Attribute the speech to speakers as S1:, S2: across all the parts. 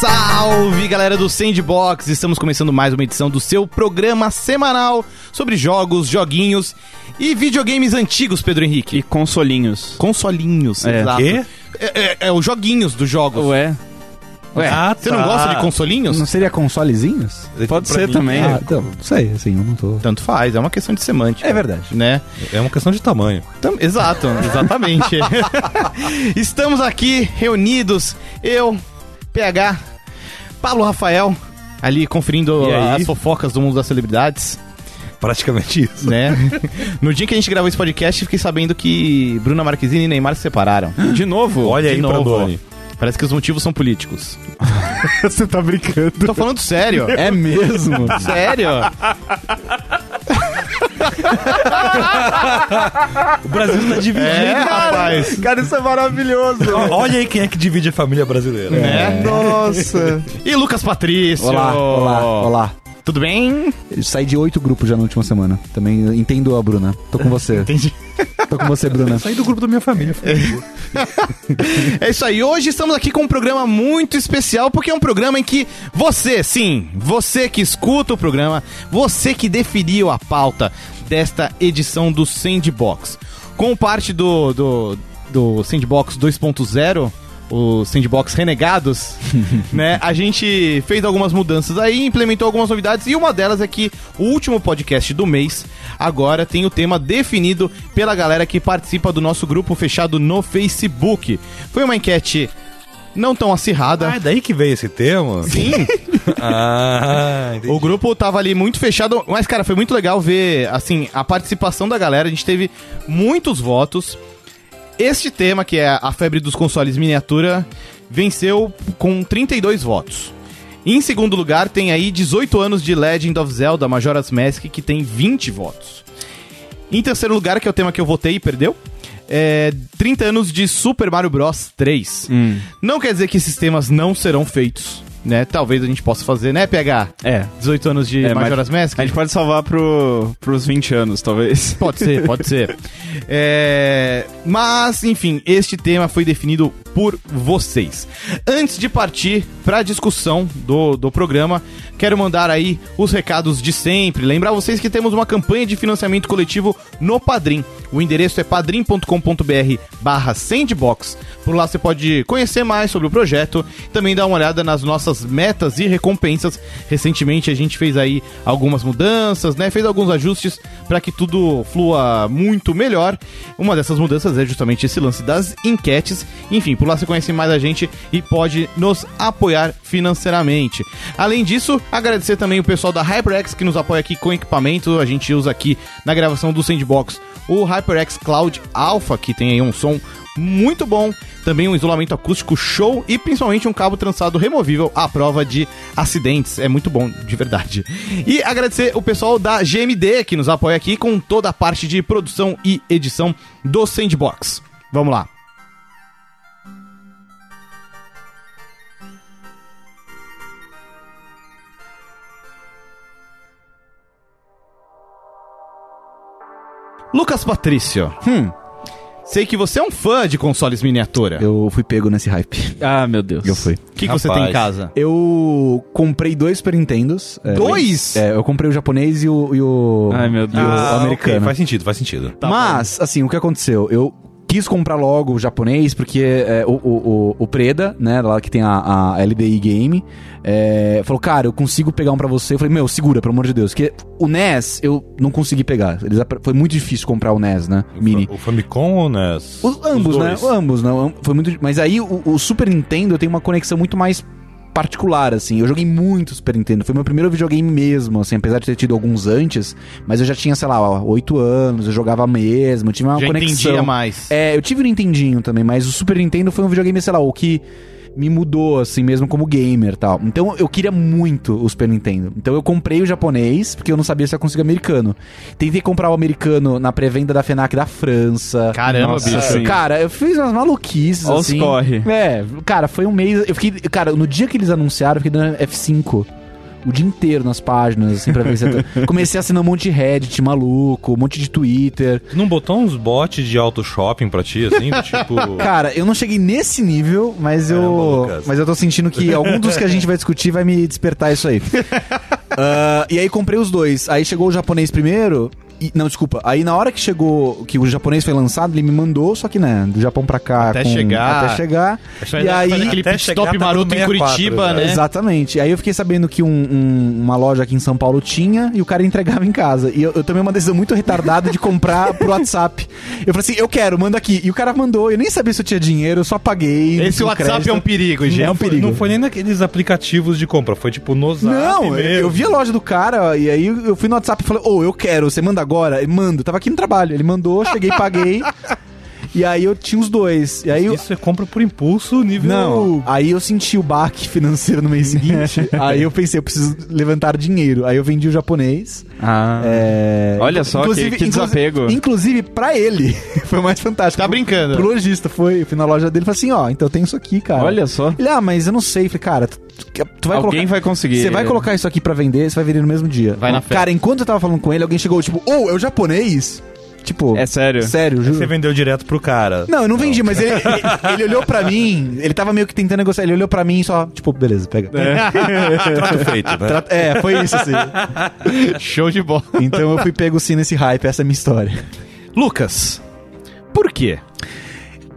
S1: Salve galera do Sandbox! Estamos começando mais uma edição do seu programa semanal sobre jogos, joguinhos e videogames antigos, Pedro Henrique.
S2: E consolinhos.
S1: Consolinhos,
S2: É.
S1: exato.
S3: Quê?
S1: É, é- é os joguinhos dos jogos.
S2: Ué? Ué,
S3: Ah,
S1: Você não gosta de consolinhos?
S4: Não seria consolezinhos?
S2: pode
S3: pra
S2: ser
S3: mim,
S2: também.
S4: Ah, então, não sei, assim, eu não tô.
S1: Tanto faz, é uma questão de semântica.
S4: É verdade.
S1: Né?
S3: É uma questão de tamanho.
S1: Tam- Exato, exatamente. Estamos aqui reunidos, eu, PH, Pablo Rafael, ali conferindo
S3: E aí?
S1: as fofocas do mundo das celebridades,
S3: Praticamente isso.
S1: né? No dia que a gente gravou esse podcast, fiquei sabendo que Bruna Marquezine e Neymar se separaram.
S2: De novo?
S3: Olha
S1: De
S3: aí,
S1: novo.
S3: Prandoni.
S1: Parece que os motivos são políticos.
S4: Você tá brincando.
S1: Tô falando sério.
S4: É mesmo?
S1: Sério?
S3: O Brasil tá dividido.
S1: É, rapaz.
S4: Cara, isso é maravilhoso.
S3: Olha aí quem é que divide a família brasileira.
S1: É.
S4: Nossa.
S1: E Lucas Patrício?
S4: é. Olá, olá, olá.
S1: Tudo bem?
S4: Eu saí de oito grupos já na última semana. Também entendo a Bruna. Tô com você.
S1: Entendi.
S4: Tô com você, Bruna.
S3: Saí do grupo da minha família. foi de boa.
S1: É isso aí. Hoje estamos aqui com um programa muito especial, porque é um programa em que você, sim, você que escuta o programa, você que definiu a pauta desta edição do Sandbox. Com parte do, do, do Sandbox 2.0. O Sandbox Renegados, né? A gente fez algumas mudanças aí, implementou algumas novidades e uma delas é que o último podcast do mês agora tem o tema definido pela galera que participa do nosso grupo fechado no Facebook. Foi uma enquete não tão acirrada.
S3: Ah, é daí que veio esse tema?
S1: Sim,
S3: Ah, entendi.
S1: o grupo tava ali muito fechado, mas cara, foi muito legal ver assim a participação da galera. A gente teve muitos votos. Este tema, que é a febre dos consoles miniatura, venceu com 32 votos. Em segundo lugar, tem aí 18 anos de Legend of Zelda Majora's Mask, que tem 20 votos. Em terceiro lugar, que é o tema que eu votei e perdeu, é 30 anos de Super Mario Bros 3. Não quer dizer que esses temas não serão feitos, né? Talvez a gente possa fazer, né, PH?
S2: É.
S1: 18 anos de
S2: É, mas-
S1: Majora's Mask?
S2: A gente pode salvar pro, pros 20 anos, talvez.
S1: Pode ser, pode ser. É, Mas, enfim, este tema foi definido por vocês. Antes de partir para a discussão do, do programa, quero mandar aí os recados de sempre. Lembrar vocês que temos uma campanha de financiamento coletivo no Padrim. O endereço é padrim.com.br barra sandbox. Por lá você pode conhecer mais sobre o projeto, também dar uma olhada nas nossas metas e recompensas. Recentemente a gente fez aí algumas mudanças, né? Fez alguns ajustes para que tudo flua muito melhor. Uma dessas mudanças é justamente esse lance das enquetes. Enfim, por lá você conhece mais a gente e pode nos apoiar financeiramente. Além disso, agradecer também o pessoal da HyperX que nos apoia aqui com equipamento. A gente usa aqui na gravação do Sandbox o HyperX Cloud Alpha, que tem aí um som muito bom, também um isolamento acústico show e principalmente um cabo trançado removível à prova de acidentes. É muito bom, de verdade. E agradecer o pessoal da GMD que nos apoia aqui com toda a parte de produção e edição do Sandbox. Vamos lá. Lucas Patrício.
S2: Hum.
S1: Sei que você é um fã de consoles miniatura.
S4: Eu fui pego nesse hype.
S2: Ah, meu Deus.
S4: Eu fui.
S1: O que, que você tem em
S3: Rapaz.
S1: casa?
S4: Eu comprei dois Super Nintendos. É,
S1: Dois?
S4: É, eu comprei o japonês e o. E o
S2: Ai, meu Deus.
S4: E o
S3: Ah,
S4: americano.
S3: ok, Faz sentido, faz sentido.
S4: Mas, assim, o que aconteceu? Eu quis comprar logo o japonês, porque é, o, o, o- o Preda, né, lá que tem a, a LDI Game, é, falou, cara, eu consigo pegar um pra você. Eu falei, meu, segura, pelo amor de Deus. Porque o NES, eu não consegui pegar. Eles, apre- foi muito difícil comprar o NES, né, mini.
S3: O Famicom ou NES?
S4: Os, ambos, né? Ambos, não. Foi muito. Mas aí o, o Super Nintendo eu tenho uma conexão muito mais particular, assim. Eu joguei muito Super Nintendo. Foi meu primeiro videogame mesmo, assim, apesar de ter tido alguns antes. Mas eu já tinha, sei lá, ó, 8 anos, eu jogava mesmo, eu tinha É uma
S1: Já
S4: conexão.
S1: entendia mais.
S4: É, eu tive o Nintendinho também, mas o Super Nintendo foi um videogame, sei lá, o que me mudou, assim, mesmo como gamer e tal. Então eu queria muito o Super Nintendo. Então eu comprei o japonês, porque eu não sabia se eu conseguia o americano. Tentei comprar o americano na pré-venda da FENAC da França.
S1: Caramba,
S2: Nossa,
S1: bicho.
S2: sim.
S4: Cara, eu fiz umas maluquices,
S2: Olha os
S4: assim.
S2: corre.
S4: É, cara, foi um mês. Eu fiquei. Cara, no dia que eles anunciaram, eu fiquei dando F5 o dia inteiro nas páginas, assim, pra ver se... Comecei a assinar um monte de Reddit maluco, um monte de Twitter.
S3: Tu não botou uns bots de auto shopping pra ti, assim? do tipo.
S4: Cara, eu não é cheguei nesse nível, mas
S3: Caramba,
S4: eu,
S3: Lucas.
S4: mas eu tô sentindo que algum dos que a gente vai discutir vai me despertar isso aí. Ah, e aí comprei os dois. Aí chegou o japonês primeiro. e- não, desculpa. Aí na hora que chegou, que o japonês foi lançado, ele me mandou, só que né, do Japão pra cá.
S1: Até chegar.
S4: Até chegar. E aí.
S1: aquele
S3: Até
S1: pit
S3: chegar,
S1: stop
S3: tá
S1: maroto
S3: tudo
S1: em
S3: 64,
S1: Curitiba,
S3: já.
S1: né?
S4: Exatamente. Aí eu fiquei sabendo que um- um- uma loja aqui em São Paulo tinha e o cara entregava em casa. E eu, eu tomei uma decisão muito retardada de comprar pro WhatsApp. Eu falei assim, eu quero, manda aqui. E o cara mandou, eu nem sabia se eu tinha dinheiro, eu só paguei.
S1: Esse
S4: no
S1: WhatsApp é um perigo, gente.
S4: É um perigo.
S3: Não foi nem naqueles aplicativos de compra, foi tipo no Zap
S4: Não, eu,
S3: mesmo.
S4: eu vi a loja do cara e aí eu fui no WhatsApp e falei, ô, eu quero, você manda agora? Ele manda, tava aqui no trabalho. Ele mandou, cheguei, paguei. e aí eu tinha os dois. E aí eu-
S3: Isso é compra por impulso nível.
S4: Não, aí eu senti o baque financeiro no mês seguinte. aí eu pensei, eu preciso levantar dinheiro. Aí eu vendi o japonês.
S2: Ah.
S4: É,
S2: Olha só que- que desapego. É.
S4: Inclusive, pra ele, foi mais fantástico.
S1: Tá brincando.
S4: Pro lojista, foi. Eu fui na loja dele e falei assim: ó, então tem isso aqui, cara.
S2: Olha só.
S4: Ele, ah, mas eu não sei. Eu Falei, cara, tu, tu- tu vai
S2: Alguém
S4: colocar.
S2: vai conseguir.
S4: Você vai colocar isso aqui pra vender, você vai vender no mesmo dia.
S1: Vai na fé.
S4: Cara, enquanto eu tava falando com ele, alguém chegou, tipo, ô, é o japonês? Tipo,
S2: É sério.
S4: sério, juro.
S3: Você vendeu direto pro cara.
S4: Não, eu não vendi, mas ele, ele, ele olhou pra mim, ele tava meio que tentando negociar, ele olhou pra mim e só, tipo, beleza, pega.
S2: É.
S3: Trato feito, né?
S4: Tra- É, foi isso, assim.
S1: Show de bola.
S4: Então eu fui pego sim nesse hype, essa é a minha história.
S1: Lucas, por quê?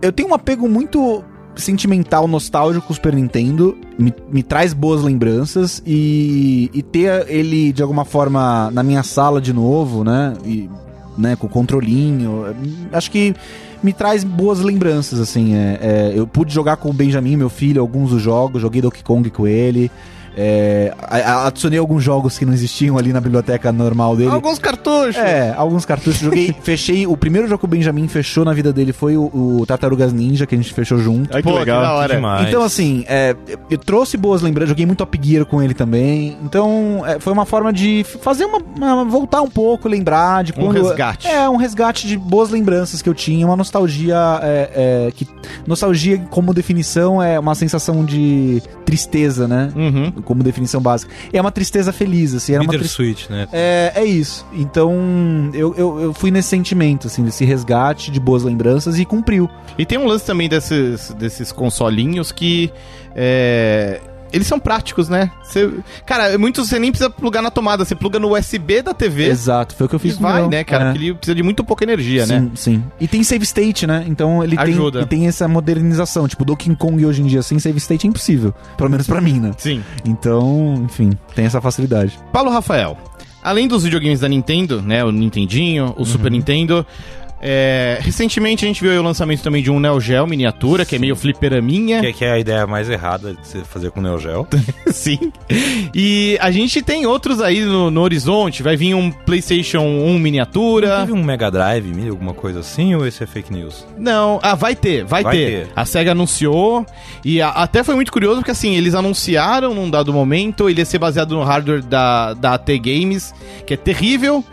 S4: Eu tenho um apego muito sentimental, nostálgico com o Super Nintendo, me, me traz boas lembranças e, e ter ele de alguma forma na minha sala de novo, né? E, né, com o controlinho, eh, acho que me traz boas lembranças, assim. é- é, eu pude jogar com o Benjamin, meu filho, alguns dos jogos, joguei Donkey Kong com ele. é, a- a- adicionei alguns jogos que não existiam ali na biblioteca normal dele.
S1: Alguns cartuchos.
S4: É, alguns cartuchos. Joguei, fechei. O primeiro jogo que o Benjamin fechou na vida dele foi o, o Tartarugas Ninja, que a gente fechou junto.
S2: Ai, que
S1: Pô, que da
S2: legal.
S1: hora.
S3: Demais.
S4: Então, assim, é, eu- eu trouxe boas lembranças, joguei muito Top Gear com ele também. Então, é, foi uma forma de f- fazer uma, uma- voltar um pouco, lembrar de
S1: Um
S4: quando.
S1: resgate.
S4: É, um resgate de boas lembranças que eu tinha, uma nostalgia. é, é, que, nostalgia, como definição, é uma sensação de tristeza, né?
S1: Uhum.
S4: Como definição básica. E é uma tristeza feliz, assim, era uma tristeza.
S3: Bittersweet, né?
S4: É, é isso. Então, eu, eu, eu fui nesse sentimento, assim, desse resgate de boas lembranças e cumpriu.
S1: E tem um lance também desses, desses consolinhos que. é, eles são práticos, né? Você, cara, muitos você nem precisa plugar na tomada, você pluga no USB da TV
S4: Exato, foi o que eu
S1: e
S4: fiz com o
S1: vai,
S4: meu.
S1: né, cara?
S4: É.
S1: Porque ele precisa de muito pouca energia,
S4: sim,
S1: né?
S4: Sim. E tem save state, né? Então ele tem,
S1: Ajuda.
S4: e tem essa modernização. Tipo, Donkey Kong hoje em dia sem save state é impossível. Pelo menos pra mim, né?
S1: Sim.
S4: Então, enfim, tem essa facilidade.
S1: Paulo Rafael, além dos videogames da Nintendo, né? O Nintendinho,
S3: Uhum.
S1: o Super Nintendo. é, recentemente a gente viu aí o lançamento também de um Neo Geo miniatura, que é meio fliperaminha.
S3: Que, que é a ideia mais errada de você fazer com o Neo Geo.
S1: Sim. E a gente tem outros aí no, no horizonte. Vai vir um PlayStation 1 miniatura.
S3: Teve um Mega Drive, mini, alguma coisa assim, ou esse é fake news?
S1: Não, ah, vai ter, vai,
S3: Vai
S1: ter.
S3: ter.
S1: A SEGA anunciou. E a- até foi muito curioso porque, assim, eles anunciaram num dado momento. Ele ia ser baseado no hardware da, da AT Games, que é terrível.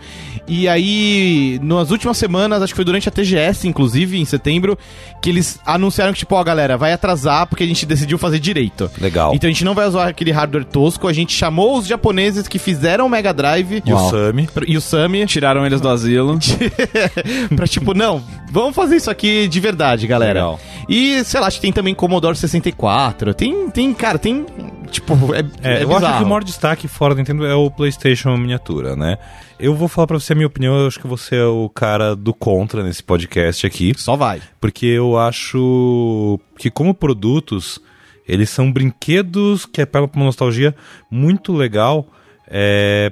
S1: E aí, nas últimas semanas, acho que foi durante a TGS, inclusive, em setembro, que eles anunciaram que, tipo, ó, galera, vai atrasar porque a gente decidiu fazer direito.
S3: Legal.
S1: Então a gente não vai usar aquele hardware tosco, a gente chamou os japoneses que fizeram o Mega Drive
S3: E
S4: Uau.
S3: o Sami.
S1: pra- e o Sami
S2: Tiraram eles do asilo.
S1: pra tipo, não, vamos fazer isso aqui de verdade, galera.
S3: Legal.
S1: E, sei lá, acho que tem também Commodore 64, tem, tem cara, tem, tipo, é,
S3: É,
S1: é
S3: eu acho que o maior destaque fora da Nintendo é o PlayStation miniatura, né? Eu vou falar pra você a minha opinião, eu acho que você é o cara do contra nesse podcast aqui,
S1: Só vai.
S3: porque eu acho que como produtos, eles são brinquedos que apelam pra uma nostalgia muito legal, é,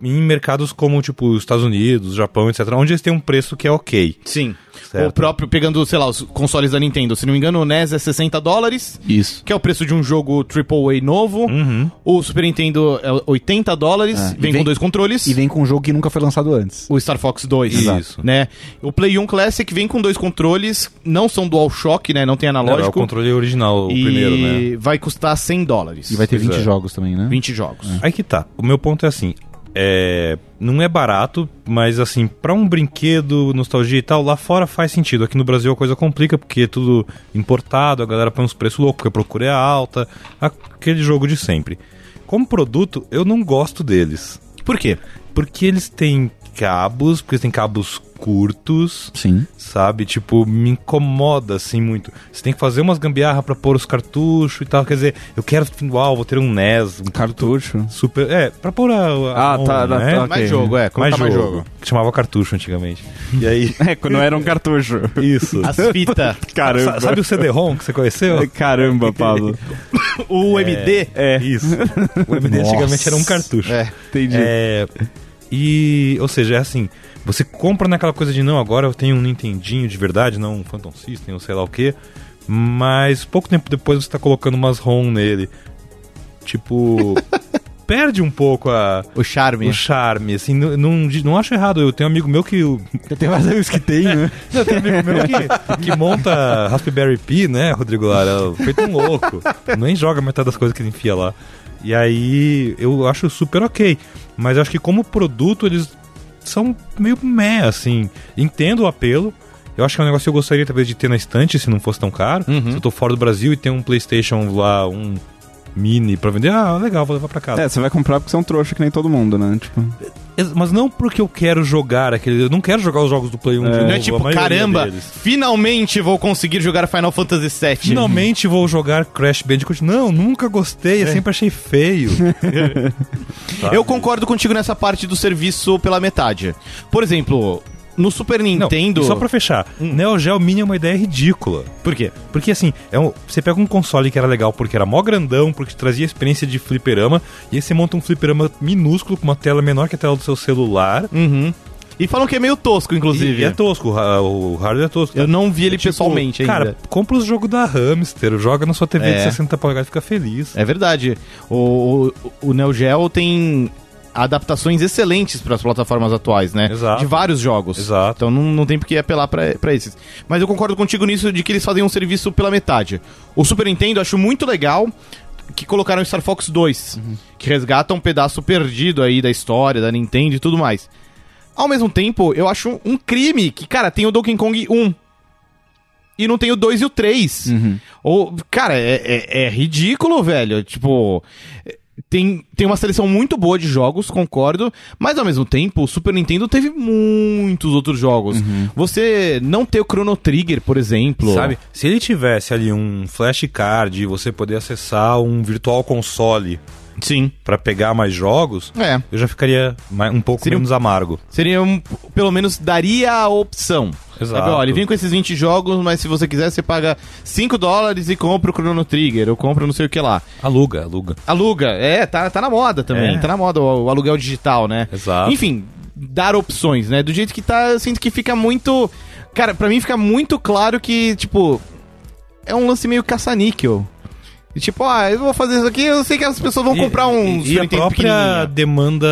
S3: em mercados como, tipo, os Estados Unidos, Japão, etc., onde eles têm um preço que é ok,
S1: Sim. O
S3: certo?
S1: próprio, pegando, sei lá, os consoles da Nintendo, se não me engano, o NES é 60 dólares,
S4: Isso.
S1: que é o preço de um jogo AAA novo.
S3: Uhum.
S1: O Super Nintendo é 80 dólares,
S4: É, e
S1: vem,
S4: vem-
S1: com dois controles.
S4: E vem com um jogo que nunca foi lançado antes.
S1: O Star Fox 2.
S3: Isso.
S1: Né? O Play 1 Classic vem com dois controles, não são DualShock, né? Não tem
S3: Era É, o
S1: analógico.
S3: controle original, o
S1: e
S3: primeiro, né?
S1: vai custar 100 dólares.
S4: E vai ter
S3: Pois
S4: 20
S3: é.
S4: jogos também, né?
S1: 20 jogos.
S3: Aí que tá. O meu ponto é assim. É, não é barato, mas assim, pra um brinquedo, nostalgia e tal, lá fora faz sentido. Aqui no Brasil a coisa complica, porque é tudo importado, a galera põe uns preços loucos, porque a procura é alta, aquele jogo de sempre. Como produto, eu não gosto deles.
S1: Por quê?
S3: Porque eles têm cabos, porque eles têm cabos curtos,
S4: Sim.
S3: sabe? Tipo, me incomoda assim muito. Você tem que fazer umas gambiarra pra pôr os cartuchos e tal. Quer dizer, eu quero, uau, vou ter um NES, um
S2: Cartucho.
S3: super. É, pra pôr a. a né?
S2: Ah, tá, tá, tá.
S1: Mais
S2: Ok.
S1: jogo, é. Colocar mais jogo.
S3: Que chamava cartucho antigamente. E aí.
S2: É, quando não era um cartucho.
S3: Isso.
S1: As fitas.
S2: Caramba.
S3: Sa- Sabe o CD-ROM que você conheceu?
S2: Caramba, Pablo.
S1: o MD.
S2: É,
S3: Isso. O MD antigamente era um cartucho.
S1: É.
S2: entendi.
S3: É, e, ou seja, é assim, você compra naquela coisa de não, agora eu tenho um Nintendinho de verdade, não um Phantom System ou sei lá o que, mas pouco tempo depois você tá colocando umas ROM nele. Tipo, perde um pouco a,
S1: O charme.
S3: o charme, assim, não, não, di- não acho errado. Eu tenho um amigo meu que. o-
S4: Tem vários amigos que tem, né?
S3: Não, tem um amigo meu que, que monta Raspberry Pi, né, Rodrigo Lara? Feito um louco. Nem joga metade das coisas que ele enfia lá. E aí eu acho super ok. Mas acho que como produto eles são meio meh, assim. Entendo o apelo. Eu acho que é um negócio que eu gostaria talvez de ter na estante se não fosse tão caro. Se eu tô fora do Brasil e tem um PlayStation lá, um mini pra vender, ah, legal, vou levar pra casa.
S2: É, você vai comprar porque você é um trouxa que nem todo mundo, né? Tipo,
S3: Ex- É, Mas não porque eu quero jogar aquele. Eu não quero jogar os jogos do Play 1 de
S1: Não
S3: novo,
S1: é
S3: a
S1: tipo,
S3: maioria
S1: caramba,
S3: deles.
S1: finalmente vou conseguir jogar Final Fantasy VII.
S3: Finalmente vou jogar Crash Bandicoot. Não, nunca gostei, eu
S1: É.
S3: sempre achei feio. Sabe?
S1: Eu concordo contigo nessa parte do serviço pela metade. Por exemplo, no Super
S3: Não,
S1: Nintendo. Hum.
S3: e Só pra fechar, Neo Geo Mini é uma ideia ridícula.
S1: Por quê?
S3: Porque assim, é um- você pega um console que era legal porque era mó grandão, porque trazia experiência de fliperama, e aí você monta um fliperama minúsculo com uma tela menor que a tela do seu celular.
S1: Uhum. E falam que é meio tosco, inclusive.
S3: E, e é tosco, o ra- o hardware é tosco.
S1: Eu não vi ele
S3: Tipo,
S1: pessoalmente ainda.
S3: Cara, compra os jogos da Hamster, joga na sua TV
S1: É.
S3: de 60 polegadas e fica feliz.
S1: É verdade. O, o, o Neo Geo tem adaptações excelentes para as plataformas atuais, né?
S3: Exato.
S1: De vários jogos.
S3: Exato.
S1: Então não, não tem por que apelar para esses. Mas eu concordo contigo nisso de que eles fazem um serviço pela metade. O Super Nintendo eu acho muito legal que colocaram Star Fox 2,
S3: Uhum.
S1: que resgata um pedaço perdido aí da história da Nintendo e tudo mais. Ao mesmo tempo, eu acho um crime que, cara, tem o Donkey Kong 1 e não tem o 2 e o 3.
S3: Uhum.
S1: Ou, cara, é, é- é ridículo, velho. Tipo, é, tem, tem uma seleção muito boa de jogos, concordo, mas ao mesmo tempo, o Super Nintendo teve muitos outros jogos. Você não ter o Chrono Trigger, por exemplo.
S3: Uhum. Sabe? Se ele tivesse ali um flashcard e você poder acessar um virtual console
S1: Sim.
S3: pra pegar mais jogos,
S1: É.
S3: eu já ficaria mais- um pouco
S1: Seria um-
S3: menos amargo.
S1: Seria um. Pelo menos daria a opção.
S3: Exato.
S1: Sabe, olha, vem com esses 20 jogos, mas se você quiser, você paga 5 dólares e compra o Chrono Trigger, ou compra não sei o que lá.
S3: Aluga, aluga.
S1: Aluga, é, tá, tá na moda também,
S3: É.
S1: tá na moda o, o aluguel digital, né?
S3: Exato.
S1: Enfim, dar opções, né? Do jeito que tá, eu sinto que fica muito. Cara, pra mim fica muito claro que, tipo, é um lance meio caça-níquel. E Tipo, ah, eu vou fazer isso aqui, eu sei que as pessoas vão comprar um
S3: E, e a própria
S1: pequenininho.
S3: demanda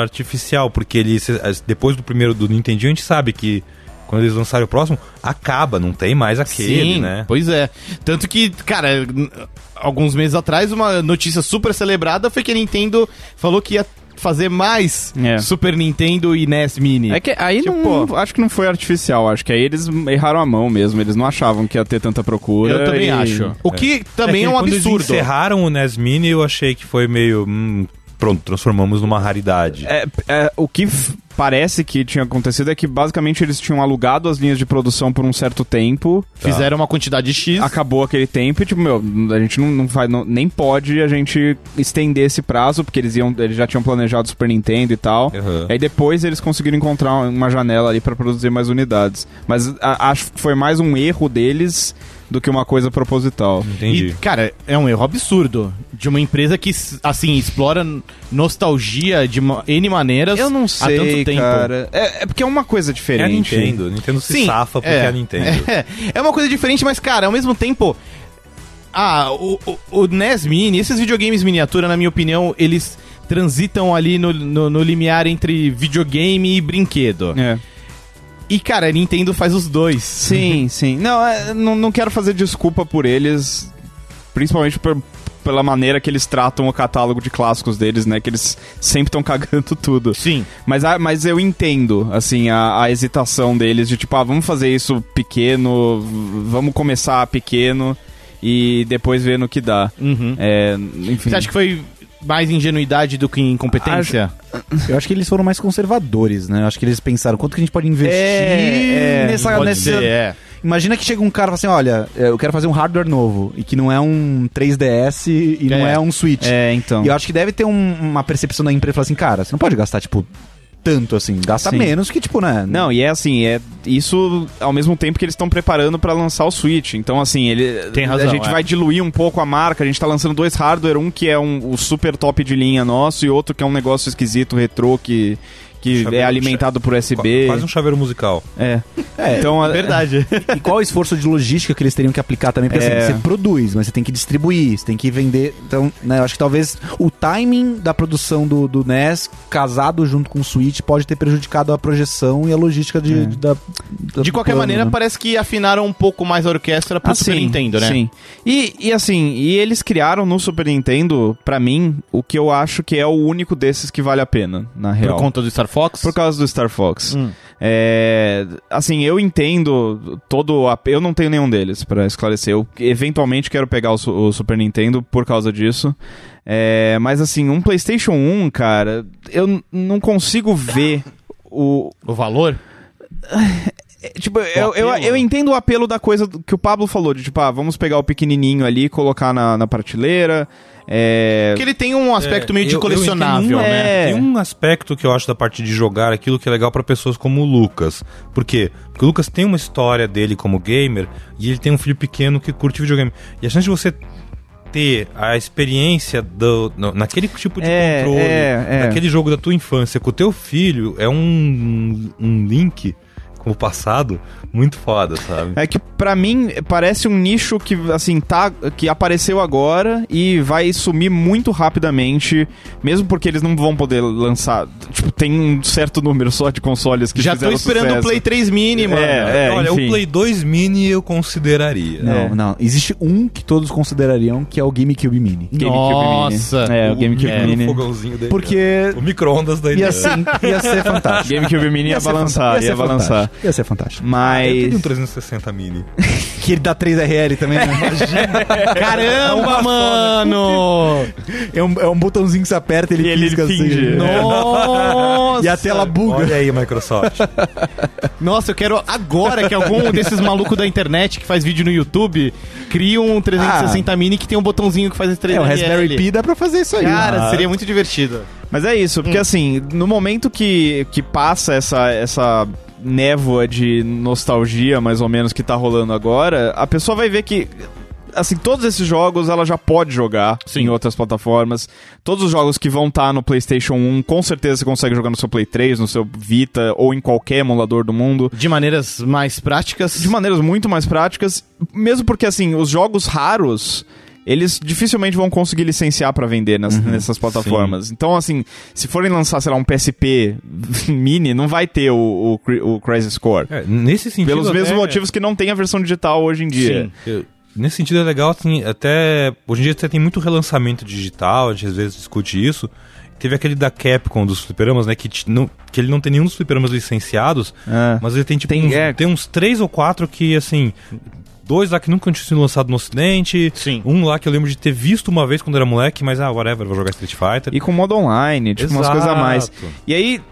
S3: artificial, porque ele, se- as- depois do primeiro do Nintendinho, a gente sabe que quando eles lançarem o próximo, acaba, não tem mais aquele,
S1: Sim,
S3: né?
S1: pois é. Tanto que, cara, n- alguns meses atrás, uma notícia super celebrada foi que a Nintendo falou que ia fazer mais
S2: É.
S1: Super Nintendo e NES Mini.
S2: É que aí
S1: Tipo-
S2: não. Acho que não foi artificial. Acho que aí eles erraram a mão mesmo. Eles não achavam que ia ter tanta procura.
S1: Eu também
S2: e-
S1: acho. O que também é,
S3: que
S1: um
S3: quando
S1: absurdo.
S3: Eles encerraram o NES Mini, eu achei que foi meio. hum, pronto, transformamos numa raridade.
S2: É, é, o que f- parece que tinha acontecido é que basicamente eles tinham alugado as linhas de produção por um certo tempo.
S1: Fizeram uma quantidade X.
S2: Acabou aquele tempo e, tipo, meu, a gente não, não faz. não- nem pode a gente estender esse prazo, porque eles iam. Eles já tinham planejado o Super Nintendo e tal.
S1: É.
S3: Aham.
S2: Aí depois eles conseguiram encontrar uma janela ali pra produzir mais unidades. Mas a- acho que foi mais um erro deles do que uma coisa proposital.
S3: Entendi.
S1: E, cara, é um erro absurdo de uma empresa que, assim, explora nostalgia de ma- N maneiras
S2: Eu não sei,
S1: há tanto tempo.
S2: cara. É, é porque é uma coisa
S3: É a
S2: diferente.
S3: Nintendo. Nintendo se
S1: Sim,
S3: safa porque
S1: é.
S3: é a Nintendo.
S1: É, é uma coisa diferente, mas, cara, ao mesmo tempo. Ah, o, o, o NES Mini, esses videogames miniatura, na minha opinião, eles transitam ali no, no, no limiar entre videogame e brinquedo.
S2: É.
S1: E, cara, a Nintendo faz os dois.
S2: Sim, sim. Não, é, não, não quero fazer desculpa por eles, principalmente por- pela maneira que eles tratam o catálogo de clássicos deles, né? Que eles sempre estão cagando tudo.
S1: Sim.
S2: Mas, ah, mas eu entendo, assim, a, a hesitação deles de tipo, ah, vamos fazer isso pequeno, v- vamos começar pequeno e depois ver no que dá.
S1: Uhum.
S2: É, enfim.
S1: Você acha que foi mais ingenuidade do que incompetência?
S4: Eu acho que eles foram mais conservadores, né? Eu acho que eles pensaram quanto que a gente pode investir
S1: É, é,
S4: nessa,
S1: pode
S4: nessa-
S1: ser, é.
S4: Imagina que chega um cara e fala assim: olha, eu quero fazer um hardware novo e que não é um 3DS e não
S1: É.
S4: é um Switch.
S2: É, então.
S4: E eu acho que deve ter um- uma percepção da empresa falar assim: cara, você não pode gastar, tipo, tanto assim. Gasta
S2: Sim.
S4: menos que, tipo, né?
S2: Não, e é assim, é isso ao mesmo tempo que eles estão preparando pra lançar o Switch. Então, assim, ele
S1: Tem razão,
S2: a gente
S1: é.
S2: vai diluir um pouco a marca. A gente tá lançando dois hardware, um que é um, o super top de linha nosso e outro que é um negócio esquisito retrô que que
S3: Chaveiro,
S2: é alimentado por USB.
S3: Quase um chaveiro musical.
S2: É.
S4: É,
S2: Então, a-
S1: Verdade.
S4: E qual o esforço de logística que eles teriam que aplicar também? Porque
S2: É.
S4: assim, você produz, mas você tem que distribuir, você tem que vender. Então, né, eu acho que talvez o timing da produção do, do NES casado junto com o Switch pode ter prejudicado a projeção e a logística de, de- da, da-
S1: De
S4: do
S1: qualquer
S4: plano,
S1: maneira,
S4: né?
S1: parece que afinaram um pouco mais a orquestra pro
S2: Ah,
S1: Super Nintendo, né?
S2: Sim. E, e assim, e eles criaram no Super Nintendo, pra mim, o que eu acho que é o único desses que vale a pena, na
S1: Por
S2: real.
S1: conta do Star Fox?
S2: Por causa do Star Fox.
S1: Hum.
S2: É, assim, eu entendo todo o ap- Eu não tenho nenhum deles, pra esclarecer. Eu eventualmente quero pegar o, su- o Super Nintendo por causa disso. É, mas assim, um PlayStation 1, cara, eu n- não consigo ver o.
S1: O valor?
S2: é, Tipo, eu, eu,
S1: apelo,
S2: eu
S1: né?
S2: entendo o apelo da coisa do- que o Pablo falou, de tipo, ah, vamos pegar o pequenininho ali, colocar na, na prateleira. É,
S1: Porque ele tem um aspecto
S3: É,
S1: meio de
S3: eu- eu
S1: colecionável,
S2: entendo,
S1: né?
S2: É.
S3: Tem um aspecto que eu acho da parte de jogar aquilo que é legal pra pessoas como o Lucas. Por quê? Porque o Lucas tem uma história dele como gamer e ele tem um filho pequeno que curte videogame. E a chance de você ter a experiência do, no- naquele tipo de
S2: É,
S3: controle,
S2: é, é.
S3: naquele jogo da tua infância com o teu filho, é um, um link com o passado muito foda, sabe?
S2: É que pra mim parece um nicho que assim tá que apareceu agora e vai sumir muito rapidamente, mesmo porque eles não vão poder lançar, tipo, tem um certo número só de consoles que
S1: Já tô
S2: fizeram
S1: esperando
S2: sucesso.
S1: o Play 3 Mini, mano.
S2: É,
S3: Olha,
S2: enfim.
S3: o Play 2 Mini eu consideraria.
S4: Não, não. Existe um que todos considerariam que é o GameCube Mini.
S1: Nossa.
S2: Mini. É, o GameCube
S1: é,
S2: Mini.
S3: O fogãozinho dele.
S4: Porque
S3: O micro-ondas da
S4: ia
S3: Eliana.
S4: ser, assim, ia ser fantástico.
S2: GameCube Mini ia,
S4: ser
S2: balançar,
S4: fantástico,
S2: ia, balançar.
S4: fantástico, Ia ser fantástico.
S3: Eu teria um
S2: Mas
S3: 360 mini.
S4: Que ele dá 3RL também, né?
S1: Caramba, mano!
S4: É um, é um botãozinho que você aperta e ele,
S2: E ele
S4: pisca
S2: finge.
S1: é.
S4: assim.
S1: Nossa!
S4: E a tela buga.
S3: Olha aí, Microsoft.
S1: Nossa, eu quero agora que algum desses malucos da internet que faz vídeo no YouTube cria um 360 mini que tem um botãozinho que faz esse 3
S4: É, o Raspberry Pi dá pra fazer isso aí. Ah,
S1: Cara, seria muito divertido.
S2: Mas é isso, porque assim, no momento que, que passa essa, essa névoa de nostalgia, mais ou menos, que tá rolando agora, a pessoa vai ver que. Assim, todos esses jogos ela já pode jogar em outras plataformas. Todos os jogos que vão estar no PlayStation 1, com certeza você consegue jogar no seu Play 3, no seu Vita ou em qualquer emulador do mundo
S1: De maneiras mais práticas.
S2: de maneiras muito mais práticas, mesmo porque assim, os jogos raros, eles dificilmente vão conseguir licenciar pra vender nas- nessas plataformas. Então, assim, se forem lançar, sei lá, um PSP mini, não vai ter o, o, Cri- o Crisis Core.
S3: É, nesse sentido.
S2: Pelos
S3: até- é.
S2: mesmos motivos que não tem a versão digital hoje em dia.
S1: Sim.
S3: eu- Nesse sentido é legal, assim, até. Hoje em dia até tem muito relançamento digital, a gente às vezes discute isso. Teve aquele da Capcom dos fliperamas, né? Que, t- não, que ele não tem nenhum dos fliperamas licenciados,
S2: É.
S3: mas ele tem tipo.
S2: Tem-
S3: uns,
S2: é.
S3: tem uns três ou quatro que, assim. Dois lá que nunca tinham sido lançados no ocidente.
S1: Sim.
S3: Um lá que eu lembro de ter visto uma vez quando era moleque, mas ah, whatever, vou jogar Street Fighter.
S2: E com modo online, tipo, umas
S3: Exato.
S2: coisas a mais. E aí.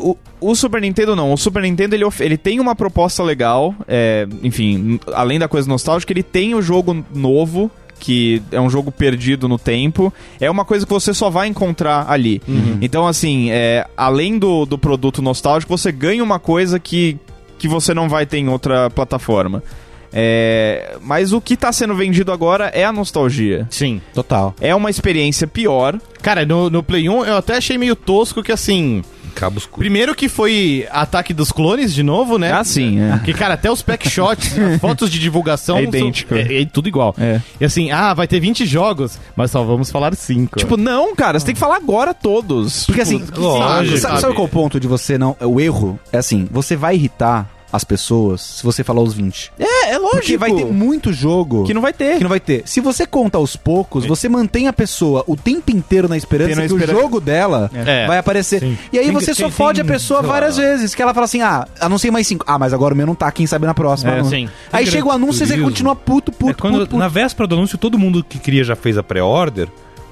S2: O, o Super Nintendo não. O Super Nintendo ele, of- ele tem uma proposta legal. é, enfim, n- além da coisa nostálgica, ele tem o jogo novo. Que é um jogo perdido no tempo. É uma coisa que você só vai encontrar ali. Então, assim, é, além do, do produto nostálgico, você ganha uma coisa que, que você não vai ter em outra plataforma. É, mas o que está sendo vendido agora é a nostalgia.
S1: Sim.
S4: Total.
S2: É uma experiência pior.
S1: Cara, no, no Play 1 eu até achei meio tosco que assim.
S3: Cabos cu-
S1: Primeiro que foi ataque dos clones de novo, né?
S2: Assim, é.
S1: Porque, cara, até os pack shots, as fotos de divulgação.
S2: É
S1: são-
S2: idêntico.
S1: é, é tudo igual.
S2: É.
S1: E assim, ah, vai ter 20 jogos, mas só vamos falar 5.
S2: Tipo, não, cara, você tem que falar agora todos.
S4: Porque
S2: Tipo,
S4: assim,
S3: lógico.
S4: sabe, sabe qual é o ponto de você não. O erro é assim, você vai irritar as pessoas se você falar os 20.
S2: é, é lógico.
S4: Porque vai ter muito jogo
S2: que não vai ter. É.
S4: que não vai ter. Se você conta aos poucos, você mantém a pessoa o tempo inteiro na esperança
S2: Tendo a
S4: que
S2: espera-
S4: o jogo dela
S1: É.
S4: vai aparecer.
S3: Sim.
S4: E aí
S3: Tem que-
S4: você só
S3: tem-
S4: fode a
S3: tem-
S4: pessoa
S3: sei lá.
S4: várias vezes, que ela fala assim: "Ah, anunciei mais cinco. Ah, mas agora o meu não tá, quem sabe na próxima".
S1: É,
S4: não.
S1: sim.
S4: Aí
S3: Tem
S4: chega o
S3: grande
S4: anúncio e você
S3: turismo.
S4: continua puto,
S3: É
S4: puto,
S3: quando,
S4: puto, puto.
S3: Na véspera do anúncio, todo mundo que queria já fez a pré-order.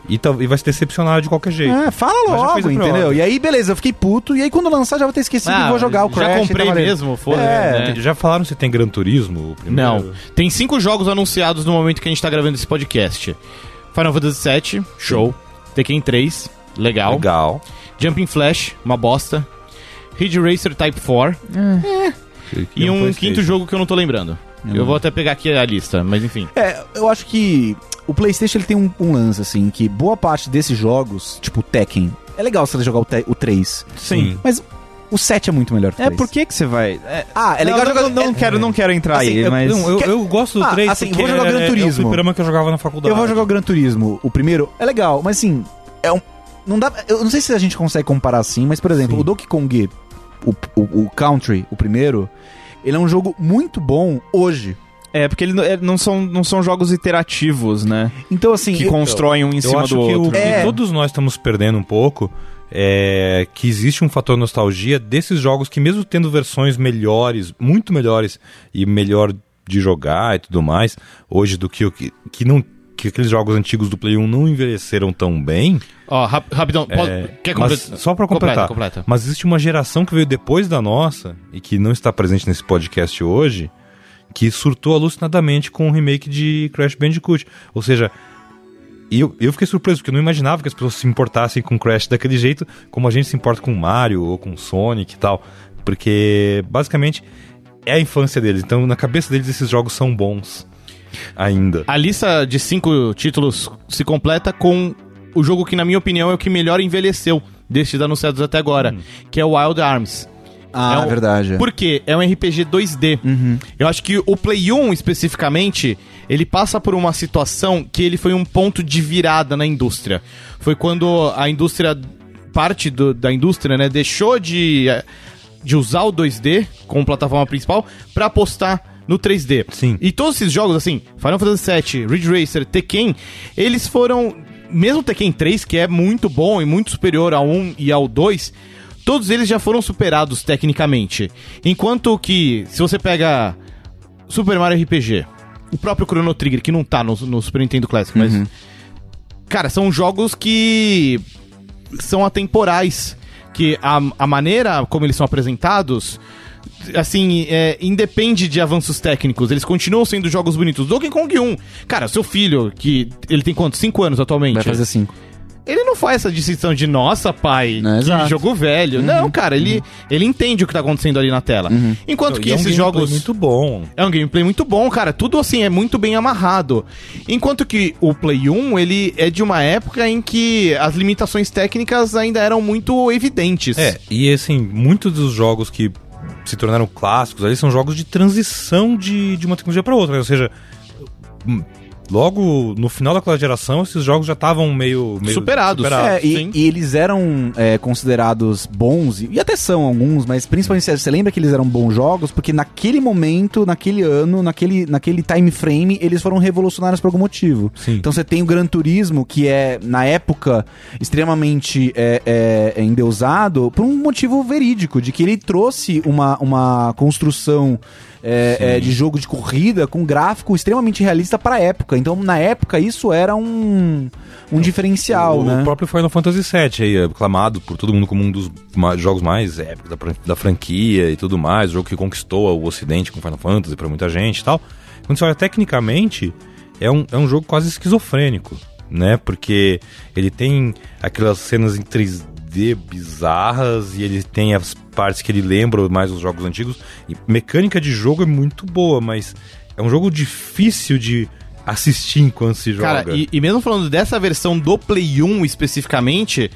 S3: E, tal- e vai se decepcionar de qualquer jeito.
S4: É, fala
S3: Mas já fez
S4: logo,
S3: a prova.
S4: entendeu? E aí, beleza, eu fiquei puto. E aí, quando lançar, já vou ter esquecido e vou jogar o Crash.
S1: Ah, Já
S4: tá
S1: comprei
S4: valendo.
S1: mesmo, foda
S4: É,
S1: né?
S3: Já falaram se tem Gran Turismo? O primeiro?
S1: Não. Tem cinco jogos anunciados no momento que a gente tá gravando esse podcast. Final Fantasy VII, show. Tekken 3, legal.
S3: Legal.
S1: Jumping Flash, uma bosta. Ridge Racer Type 4 e um quinto jogo que eu não tô lembrando. Eu vou até pegar aqui a lista, mas enfim.
S4: É, eu acho que o PlayStation ele tem um, um lance, assim, que boa parte desses jogos, tipo Tekken, é legal você jogar o, te- o 3.
S3: Sim.
S4: Mas o 7 é muito melhor que o
S2: É,
S4: 3.
S2: por que que você vai... É,
S4: Ah, é legal
S2: não,
S4: jogar.
S2: não, não
S4: é-
S2: quero, não quero entrar
S4: Assim,
S2: aí,
S4: eu-
S2: mas...
S3: Não, eu, eu gosto do
S4: Ah,
S3: 3
S4: assim,
S3: porque
S4: vou jogar
S3: é-
S4: Gran
S3: É, o
S4: Turismo.
S3: fliperama que eu jogava na faculdade.
S4: Eu vou jogar o Gran Turismo, o primeiro, é legal, mas assim, é um. Não dá. Eu não sei se a gente consegue comparar assim, mas por exemplo,
S3: Sim.
S4: o Donkey Kong, o, o, o Country, o primeiro, ele é um jogo muito bom hoje.
S2: É, porque ele não- é, não, são, não são jogos iterativos, né?
S4: Então, assim.
S2: Que
S4: eu-
S2: constroem um em
S3: Eu
S2: cima
S3: acho
S2: do
S3: que
S2: outro.
S3: o que
S4: É.
S3: todos nós estamos perdendo um pouco é que existe um fator nostalgia desses jogos que mesmo tendo versões melhores, muito melhores e melhor de jogar e tudo mais, hoje do que o que, que não que aqueles jogos antigos do Play 1 não envelheceram tão bem.
S1: Ó, rap- rapidão, pode-
S3: é,
S1: quer
S3: mas
S1: completar?
S3: só para completar.
S1: Completa, completa.
S3: Mas existe uma geração que veio depois da nossa e que não está presente nesse podcast hoje, que surtou alucinadamente com o remake de Crash Bandicoot. Ou seja, eu, eu fiquei surpreso, porque eu não imaginava que as pessoas se importassem com Crash daquele jeito como a gente se importa com Mario ou com Sonic e tal. Porque, basicamente, é a infância deles. Então, na cabeça deles, esses jogos são bons ainda.
S1: A lista de cinco títulos se completa com o jogo que, na minha opinião, é o que melhor envelheceu destes anunciados até agora,
S3: Hum.
S1: que é o Wild Arms. é
S4: Ah, é
S1: um-
S4: verdade. é.
S1: Porque é um RPG 2D. Eu acho que o Play 1, especificamente, ele passa por uma situação que ele foi um ponto de virada na indústria. Foi quando a indústria, parte do- da indústria, né, deixou de, eh, de usar o 2D como plataforma principal pra apostar no 3D.
S3: Sim.
S1: E todos esses jogos, assim, Final Fantasy VII, Ridge Racer, Tekken, eles foram. Mesmo o Tekken 3, que é muito bom e muito superior ao 1 e ao 2, todos eles já foram superados tecnicamente. Enquanto que, se você pega Super Mario RPG, o próprio Chrono Trigger, que não tá no, no Super Nintendo Classic, mas. Cara, são jogos que são atemporais. Que a, a maneira como eles são apresentados, assim, é, independe de avanços técnicos. Eles continuam sendo jogos bonitos. Donkey Kong 1, cara, seu filho, que ele tem quanto? 5 anos atualmente.
S4: Vai fazer 5.
S1: Ele não faz essa distinção de nossa, pai,
S4: Não,
S1: que
S4: Né, exato. Uhum.
S1: jogo velho. Não, cara, ele, ele entende o que tá acontecendo ali na tela. Enquanto que
S3: E é um
S1: esses
S3: gameplay
S1: jogos.
S3: muito bom.
S1: É um gameplay muito bom, cara. Tudo assim é muito bem amarrado. Enquanto que o Play 1, ele é de uma época em que as limitações técnicas ainda eram muito evidentes.
S3: É, e assim, muitos dos jogos que se tornaram clássicos ali são jogos de transição de, de uma tecnologia para outra, né? ou seja, hum, logo no final daquela geração esses jogos já estavam meio, meio
S1: Superados.
S4: É,
S1: sim.
S4: e, e eles eram é, considerados bons, e, e até são alguns, mas principalmente você- você lembra que eles eram bons jogos, porque naquele momento, naquele ano, naquele, naquele time frame, eles foram revolucionários por algum motivo.
S3: Sim.
S4: Então você tem o Gran Turismo, que é, na época, extremamente é, é, é endeusado, por um motivo verídico, de que ele trouxe uma, uma construção é, é, de jogo de corrida com gráfico extremamente realista pra época. Então, na época, isso era um, um diferencial,
S3: É o,
S4: né?
S3: o próprio Final Fantasy VII aí, é aclamado por todo mundo como um dos ma- jogos mais épicos da, fran- da franquia e tudo mais, o jogo que conquistou o ocidente com Final Fantasy pra muita gente e tal. Quando você olha tecnicamente, é um, é um jogo quase esquizofrênico, né? Porque ele tem aquelas cenas em 3D bizarras e ele tem as partes que ele lembra mais dos jogos antigos. E mecânica de jogo é muito boa, mas é um jogo difícil de assistir enquanto se joga.
S1: Cara, e, e mesmo falando dessa versão do Play 1 especificamente,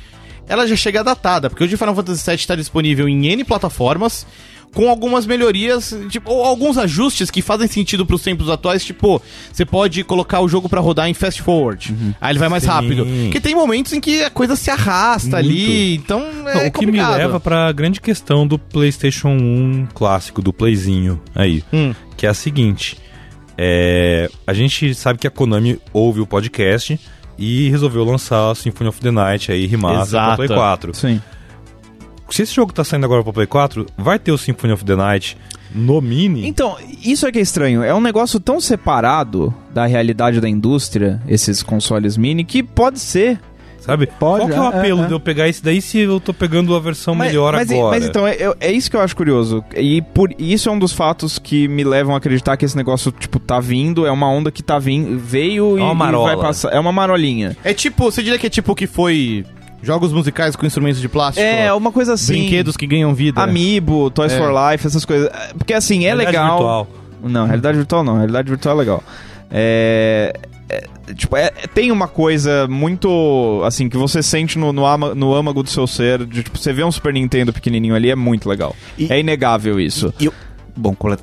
S1: ela já chega datada, porque hoje Final Fantasy VII está disponível em N plataformas, com algumas melhorias, tipo, ou alguns ajustes que fazem sentido para os tempos atuais, tipo, você pode colocar o jogo para rodar em fast forward, aí ele vai mais
S3: Uhum. Sim.
S1: rápido. Porque tem momentos em que a coisa se arrasta ali, então é
S3: Não, o que me
S1: complicado.
S3: leva pra grande questão do PlayStation 1 clássico, do Playzinho aí,
S1: Hum.
S3: que é a seguinte: é, a gente sabe que a Konami ouve o podcast e resolveu lançar a Symphony of the Night aí, remaster
S1: Exato.
S3: pra Play 4.
S2: Sim.
S3: Se esse jogo tá saindo agora pra Play 4, vai ter o Symphony of the Night No Mini?
S2: Então, isso é que é estranho. É um negócio tão separado da realidade da indústria, esses consoles mini, que pode ser.
S3: Sabe?
S4: Pode,
S3: Qual que é o
S4: é,
S3: apelo
S4: é, é.
S3: de eu pegar esse daí se eu tô pegando a versão
S2: Mas-
S3: melhor
S2: mas,
S3: agora?
S2: Mas então, é, é- é isso que eu acho curioso. E por e isso é um dos fatos que me levam a acreditar que esse negócio, tipo, tá vindo, é uma onda que tá vindo, veio
S3: É uma
S2: e, e
S3: marola.
S2: vai passar. É uma marolinha.
S1: É tipo, você diria que é tipo o que foi jogos musicais com instrumentos de plástico?
S2: É, uma coisa assim.
S1: Brinquedos que ganham vida.
S2: Amiibo, Toys
S1: É.
S2: for Life, essas coisas. É, Porque assim, é
S3: Realidade
S2: legal.
S3: virtual.
S2: Não, realidade virtual não. Realidade virtual é legal. É. é, tipo, é- é- tem uma coisa muito. Assim, que você sente no, no, ama- no âmago do seu ser. De, tipo, você vê um Super Nintendo pequenininho ali, é muito legal.
S4: E-
S2: É inegável isso.
S4: E eu... Bom, colet...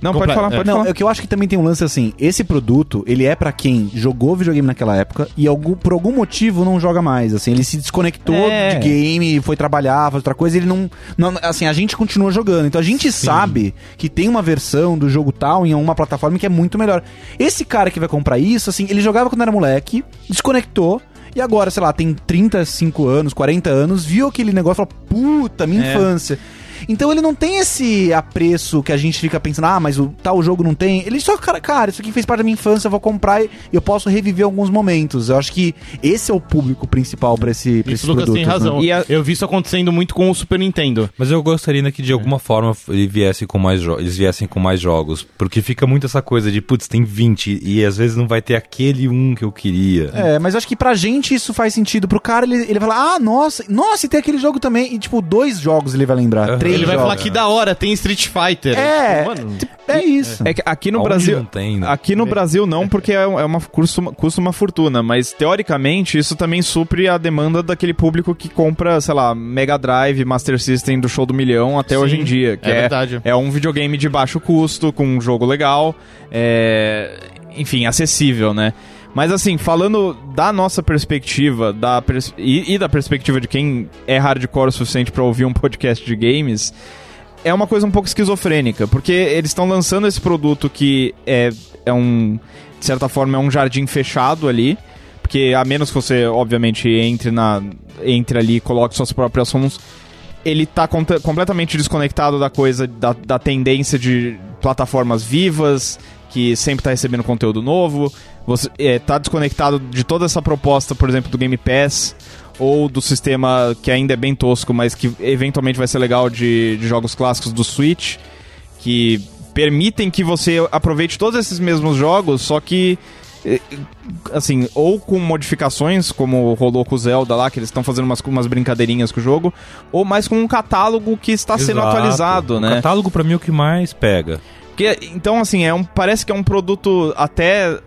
S2: Não,
S1: Comple-
S2: pode falar,
S1: é.
S2: pode
S4: Não,
S2: falar.
S4: é que eu acho que também tem um lance assim, esse produto, ele é pra quem jogou videogame naquela época e algum- por algum motivo não joga mais, assim, ele se desconectou
S2: É.
S4: de game, foi trabalhar, fazer outra coisa, ele não, não- assim, a gente continua jogando. Então a gente sabe que tem uma versão do jogo tal em uma plataforma que é muito melhor. Esse cara que vai comprar isso, assim, ele jogava quando era moleque, desconectou e agora, sei lá, tem 35 anos, 40 anos, viu aquele negócio e falou: puta, minha infância. Então ele não tem esse apreço que a gente fica pensando, ah, mas o tal jogo não tem. Ele só, cara, cara, isso aqui fez parte da minha infância, eu vou comprar e eu posso reviver alguns momentos. Eu acho que esse é o público principal pra esse, pra
S1: Isso
S4: esse
S1: o Lucas
S4: produto.
S1: tem razão.
S2: né? E a-
S1: Eu vi isso acontecendo muito com o Super Nintendo.
S3: Mas eu gostaria né, que
S4: É.
S3: de alguma forma ele viesse com mais jo- eles viessem com mais jogos. Porque fica muito essa coisa de, putz, tem 20 e às vezes não vai ter aquele um que eu queria.
S4: É, mas eu acho que pra gente isso faz sentido. Pro cara, ele, ele vai falar, ah, nossa, nossa, e tem aquele jogo também. E, tipo, dois jogos ele vai lembrar.
S3: Aham.
S4: Três
S1: Ele vai
S4: jogos.
S1: falar que da hora, tem Street Fighter.
S4: É,
S1: Tipo, mano,
S4: É isso.
S2: É que aqui no
S3: Aonde
S2: Brasil.
S3: não tem, né?
S2: Aqui no Brasil não, porque é, um- é uma, custa, uma- custa uma fortuna, mas teoricamente isso também supre a demanda daquele público que compra, sei lá, Mega Drive, Master System do show do milhão até
S1: Sim,
S2: hoje em dia. Que
S1: é
S2: é,
S1: verdade.
S2: É um videogame de baixo custo, com um jogo legal, é, enfim, acessível, né? Mas assim, falando da nossa perspectiva da pers- e, e da perspectiva de quem é hardcore o suficiente pra ouvir um podcast de games, é uma coisa um pouco esquizofrênica, porque eles estão lançando esse produto que é, é um. De certa forma, é um jardim fechado ali. Porque a menos que você, obviamente, entre na. entre ali e coloque suas próprias sons. Ele tá conta- completamente desconectado da coisa, da, da tendência de plataformas vivas, que sempre tá recebendo conteúdo novo. Você é, tá desconectado de toda essa proposta, por exemplo, do Game Pass, ou do sistema que ainda é bem tosco, mas que eventualmente vai ser legal de, de jogos clássicos do Switch, que permitem que você aproveite todos esses mesmos jogos, só que eh, assim, ou com modificações, como rolou com o Zelda lá, que eles estão fazendo umas, umas brincadeirinhas com o jogo, ou mais com um catálogo que está sendo
S3: Exato.
S2: atualizado,
S3: O
S2: né?
S3: catálogo pra mim é o que mais pega.
S2: Porque, então, assim, é um, parece que é um produto até.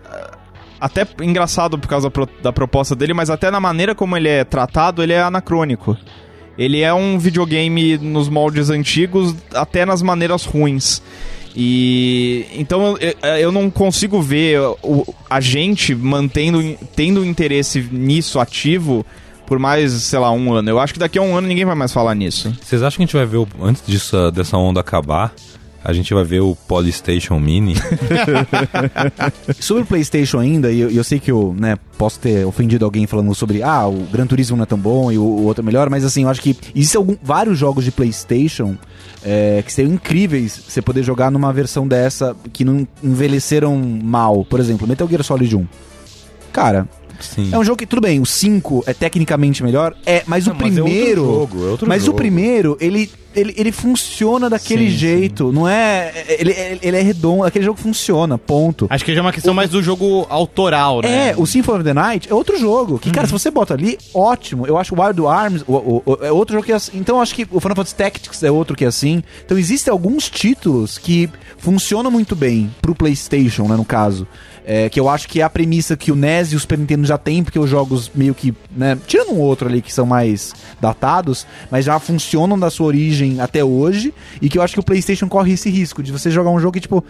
S2: Até engraçado por causa pro- da proposta dele, mas até na maneira como ele é tratado, ele é anacrônico. Ele é um videogame nos moldes antigos, até nas maneiras ruins. E então eu- eu, eu não consigo ver o- a gente mantendo tendo interesse nisso ativo por mais, sei lá, um ano. Eu acho que daqui a um ano ninguém vai mais falar nisso.
S3: Vocês acham que a gente vai ver, o- antes disso, dessa onda acabar, a gente vai ver o Polystation Mini?
S4: Sobre o PlayStation ainda, e eu, e eu sei que eu né, posso ter ofendido alguém falando sobre ah, o Gran Turismo não é tão bom e o, o outro é melhor, mas assim, eu acho que existem algum- vários jogos de PlayStation é, que seriam incríveis você poder jogar numa versão dessa que não envelheceram mal. Por exemplo, Metal Gear Solid 1. Cara,
S3: Sim.
S4: é um jogo que, tudo bem, o 5 é tecnicamente melhor, é, mas
S3: Não,
S4: o
S3: mas é outro
S4: primeiro.
S3: jogo, é outro
S4: mas o
S3: jogo.
S4: primeiro, ele, ele, ele funciona daquele
S3: Sim, sim.
S4: jeito. Não é. Ele, ele- ele é redondo, aquele jogo funciona, ponto.
S1: Acho que já é uma questão mais do jogo autoral, né?
S4: É, o Symphony of the Night é outro jogo. Que, cara, se você bota ali, ótimo. Eu acho o Wild Arms o- o- o- é outro jogo que é assim. Então, eu acho que o Final Fantasy Tactics é outro que é assim. Então, existem alguns títulos que funcionam muito bem pro PlayStation, né, no caso. É, que eu acho que é a premissa que o NES e o Super Nintendo já tem, porque os jogos meio que, né, tirando um outro ali que são mais datados, mas já funcionam da sua origem até hoje, e que eu acho que o PlayStation corre esse risco de você jogar um jogo que, tipo,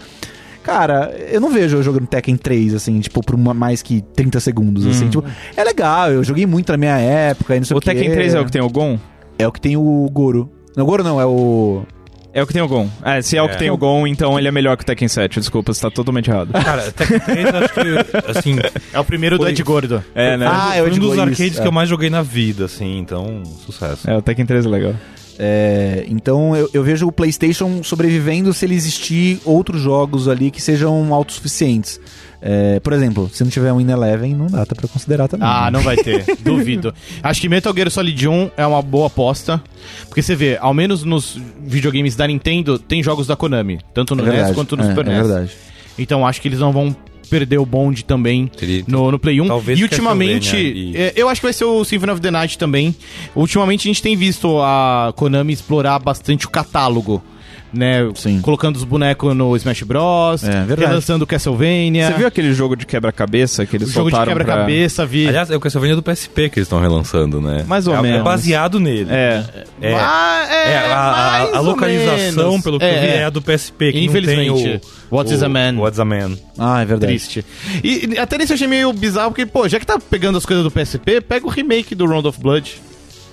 S4: Cara, eu não vejo eu jogando Tekken 3, assim, tipo, por uma- mais que 30 segundos, assim. Tipo, é legal, eu joguei muito na minha época e não sei
S2: Uhum. O
S4: o quê.
S2: Tekken 3 é o que tem o Gon?
S4: É o que tem o Goro. Não, o Goro não, é o...
S2: É o que tem o Gon. É, se é, o que
S3: É.
S2: tem o Gon, então ele é melhor que o Tekken 7. Desculpa, você tá totalmente errado.
S3: Cara, Tekken 3 acho que, assim...
S1: É o primeiro do
S3: Foi-
S1: Ed Gordo.
S2: É, né?
S4: Ah, é o
S3: foi um
S4: Edgo,
S3: dos
S4: isso,
S3: arcades
S4: é.
S3: que eu mais joguei na vida, assim, então, sucesso.
S2: É, o Tekken 3 é legal.
S4: É, então eu, eu vejo o PlayStation sobrevivendo se ele existir outros jogos ali que sejam autossuficientes. É, por exemplo, se não tiver um In Eleven, não dá pra considerar também.
S1: Ah,
S4: né?
S1: não vai ter. Duvido. Acho que Metal Gear Solid 1 é uma boa aposta. Porque você vê, ao menos nos videogames da Nintendo, tem jogos da Konami.
S2: Ah,
S1: Tanto no
S4: É
S1: NES
S4: verdade,
S1: quanto no
S4: é,
S1: Super
S4: é
S1: NES.
S4: verdade.
S1: Então acho que eles não vão perder o bonde também
S3: Teria-
S1: no, no Play 1.
S3: Talvez
S1: e ultimamente,
S3: Castlevania e-
S1: é, eu acho que vai ser o Symphony of the Night também. Ultimamente a gente tem visto a Konami explorar bastante o catálogo. Né,
S4: Sim.
S1: colocando os bonecos no Smash Bros,
S4: É, verdade.
S1: relançando Castlevania,
S2: Você viu aquele jogo de quebra-cabeça que eles
S1: jogo de
S2: soltaram pra-
S1: quebra-cabeça, vi.
S3: Aliás, é o Castlevania do PSP que eles estão relançando, né?
S2: Mais ou
S3: é,
S2: menos.
S3: É baseado nele.
S2: É.
S3: É.
S1: Ah,
S3: É, a- a,
S1: mais
S3: a
S1: ou
S3: localização,
S1: menos.
S3: pelo que eu vi, é a do PSP. Que Não tem
S1: Infelizmente.
S3: o,
S1: What is
S3: o-
S1: a Man?
S3: What's a Man.
S4: Ah, é verdade.
S1: Triste. E, e até nesse eu achei meio bizarro, porque, pô, já que tá pegando as coisas do PSP, pega o remake do Round of Blood,